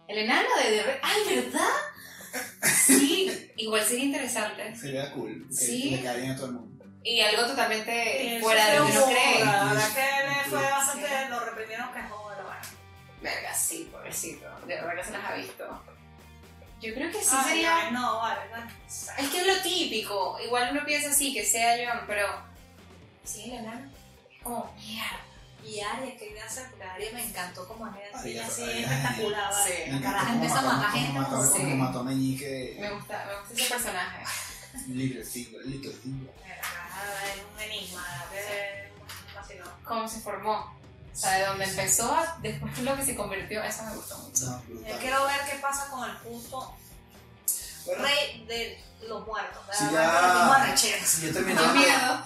C: El enano de The Re- ¡Ay, verdad! Sí, igual sería interesante.
A: Sería cool. Que
C: Sí.
A: le caería a todo el mundo.
C: Y algo totalmente
D: Sí,
C: fuera de
D: eso
C: lo que
D: fue
C: uno
D: un
C: cree.
D: horror, La verdad que Pues,
A: Sí.
D: fue bastante. Lo reprimieron que joder, bueno.
C: Verga, sí, pobrecito. De verdad que se las ha visto. Yo creo que sí
D: Ay,
C: sería.
D: ay, No, vale, vale.
C: Es que es lo típico. Igual uno piensa así, que sea John, pero. Sí, el enano. Es como mierda.
D: Y Aria, que gracias, porque Aria me encantó como es así,
A: Aria,
D: así
A: Aria.
D: espectacular.
C: Sí.
D: vale.
A: Me encantó
D: Carajo,
A: cómo
D: empieza a
A: mató-
D: matar
A: cómo
D: gente.
A: mató-
D: como-
C: sí.
A: cómo mató a Meñique.
C: Me gusta, me gusta ese personaje.
A: Little Finger, Little Finger.
D: Carajo, Es un enigma, la verdad que es vacilón.
C: Cómo se formó. O sea, de dónde empezó, a- después lo que se convirtió, eso me gustó mucho.
A: No,
D: Yo
A: brutal.
D: quiero ver qué pasa con el puto
A: Bueno,
D: rey de los muertos.
A: Sí,
D: ¿verdad?
A: ya.
D: Lo mismo arrechera.
A: si yo
C: Qué
A: terminaba.
C: miedo.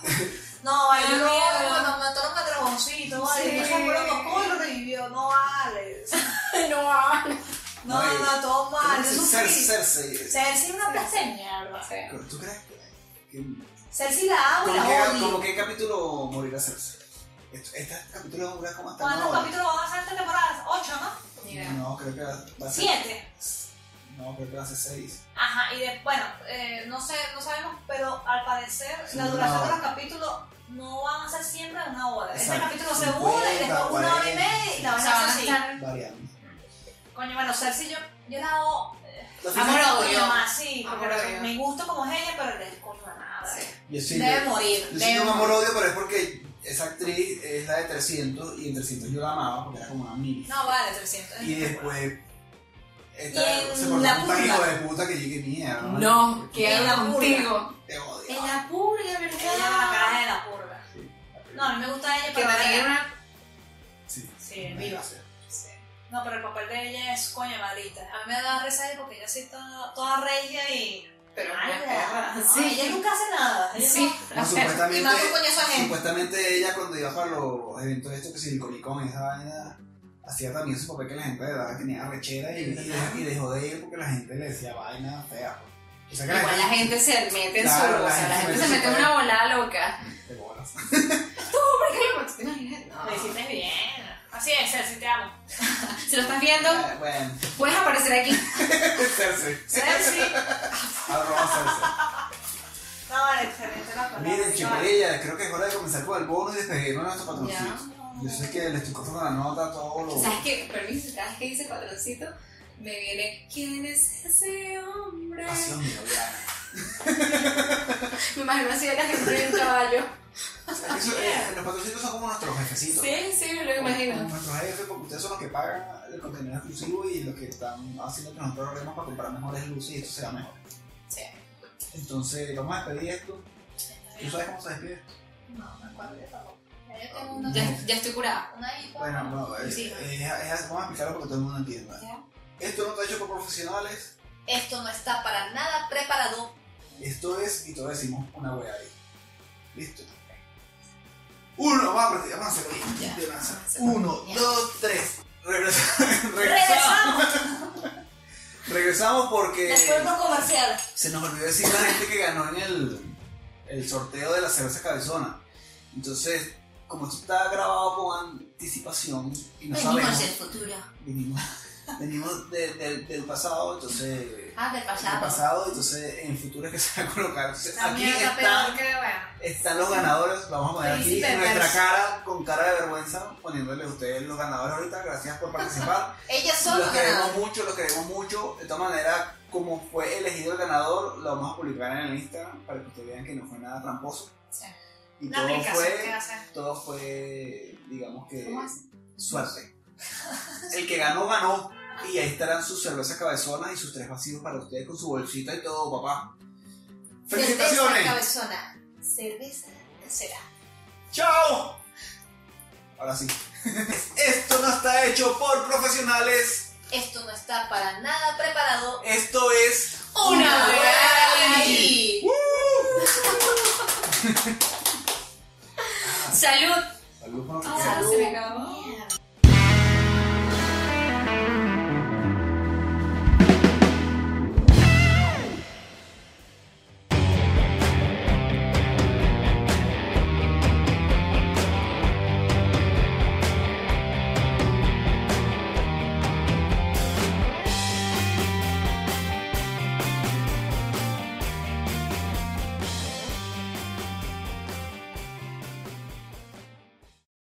D: No,
C: Ay,
D: el
C: no.
D: miedo cuando mataron a Dragoncito, vale,
C: Sí.
D: no se acuerdan los cómo revivió, no vale.
C: no.
D: No,
A: Ay.
D: no, no, todo mal, yo
A: Cersei,
D: sufrí.
A: Cersei.
D: Cersei es una plaza de mierda.
C: Sí.
A: ¿Tú crees? que- que-
D: Cersei la amo y
A: ¿Cómo
D: Ah, la
A: que,
D: odio.
A: ¿Cómo que capítulo morirá Cersei? Est- Estos capítulos van a durar como hasta
D: ¿Cuántos
A: una hora.
D: capítulos van a hacer esta temporada? ¿Ocho, no?
C: Mira.
A: No, creo que va a ser.
D: ¿Siete?
A: No, creo que va a ser seis.
D: Ajá, y después, bueno, eh, no sé, no sabemos, pero al parecer
A: Sí,
D: la
A: una
D: duración de
A: hora.
D: los capítulos no van a ser siempre de una hora. Este
A: Exacto.
D: capítulo se une y después una hora y media y la
C: O
D: van
C: sea,
D: a
C: van a
D: hacer así.
C: estar
A: Variando.
D: Coño, bueno, Cersei yo, yo la hago
A: Entonces,
C: Amor, odio.
D: Más, sí,
C: Amor,
D: porque
C: odio.
D: me gusta como es ella, pero le coño a nada.
C: Sí.
A: Yo sí,
E: Debe
A: yo,
E: morir.
A: yo sí
E: debe
A: tengo
E: morir.
A: amor odio, pero es porque esa actriz es la de 300 y en 300 yo la amaba porque era como una mini.
D: No, vale, 300.
A: Y después.
D: Y
A: Esta,
D: en
A: se
D: La
A: portaba un tan
D: Purga.
A: hijo de puta que yo que mierda. ¿no?
E: No,
A: Te
E: queda contigo.
A: odio.
C: En la purga,
D: Ella era la
C: ¿verdad?
D: cara de la purga. No, a mí me gusta ella,
C: Que
D: pero
C: tenía
D: era-
C: una.
A: Sí.
D: Sí, en vivo. Sí. No, pero el papel de ella es coño maldita. A mí me da risa ella porque ella sí está toda regia y.
C: Pero no
D: Ay,
C: es perra.
D: no,
C: Sí.
D: ella nunca hace nada. Ella
C: Sí.
A: No,
E: Y
A: supuestamente,
E: más un coñazo a gente.
A: supuestamente ella cuando iba para los eventos estos que si el Comic Con esa vaina hacía también su papel que la gente le daba que tenía rechera y, y- y dejó de ir porque la gente le decía vaina fea. pues. O sea que la
C: Igual la
A: gente-
C: gente se mete en
A: Claro,
C: su. O sea, la gente se mete en
A: puede-
C: una volada loca.
A: de bolas.
C: ¿Te imaginas?
D: no-
C: No.
D: Lo hiciste bien. Así es, Cersei, te amo.
C: Si lo estás viendo,
A: Eh, Bueno,
C: puedes aparecer aquí.
A: Cersei.
D: Cersei.
A: Arroba Cersei.
D: No, vale, excelente la palabra.
A: Miren,
D: Vale.
A: chiquilla, creo que es hora de comenzar con el bono y despedirnos de nuestro patroncito. Yo sé que le estoy cortando la nota a todos los.
C: ¿Sabes qué? Permiso, cada vez que dice cuadroncito, me viene. ¿Quién es ese hombre?
A: Pasión, mira, Diana.
C: Me imagino así de la gente de un caballo.
A: Eso, eh, los patrocitos son como nuestros jefecitos.
C: Sí, sí, me lo
A: Como
C: imagino.
A: nuestros jefes, porque ustedes son los que pagan el contenido exclusivo y los que están haciendo que nosotros ahorremos para comprar mejores luces y esto sea mejor.
C: Sí.
A: Entonces, vamos a despedir esto. ¿Tú sabes cómo se despide?
E: No, me acuerdo de todo. Ya yo tengo una-
C: Ya, ya estoy curada.
E: una hipo.
A: Bueno, no, es,
E: Sí.
A: es- es- vamos a explicarlo porque todo el mundo entienda.
C: Ya.
A: Esto no está hecho por profesionales,
E: Esto no está para nada preparado.
A: esto es, y todo decimos, una wea ahí. ¿Listo? Uno, vamos a partir, vamos a hacerlo bien,
E: Ya.
A: de lanza. Uno, dos, tres. Regresa- Regresamos. Eh,
D: ¡Regresamos!
A: Regresamos porque...
D: Después de un comercial.
A: Se nos olvidó decir la gente que ganó en el, el sorteo de la cerveza cabezona. Entonces, como esto está grabado con anticipación y no sabemos,
E: futuro.
A: venimos, venimos de- de- del pasado, entonces.
E: Ah, del
A: Del
E: pasado.
A: pasado, entonces en futuro es que se va a colocar. Entonces,
D: La
A: aquí
D: mierda,
A: está-
D: pero que bueno.
A: están los ganadores. Vamos a poner aquí
D: Príncipe
A: nuestra
D: Pers.
A: cara con cara de vergüenza, poniéndole a ustedes los ganadores ahorita. Gracias por participar.
E: Ellas son
A: Lo
E: los
A: queremos
E: ganadores.
A: mucho, lo queremos mucho. De todas maneras, como fue elegido el ganador, lo vamos a publicar en el Instagram para que ustedes vean que no fue nada tramposo.
C: Sí.
A: Y
D: La
A: todo
D: aplicación que
A: fue,
D: hace.
A: todo fue, digamos que,
C: ¿Cómo es?
A: suerte. El que ganó, ganó. Y ahí estarán sus cervezas cabezonas y sus tres vacíos para ustedes con su bolsita y todo, papá.
E: Cerveza
A: ¡Felicitaciones!
E: cabezona. Cerveza casera.
A: ¡Chao! Ahora sí. Esto no está hecho por profesionales.
E: Esto no está para nada preparado.
A: Esto es
E: Una
C: Ah,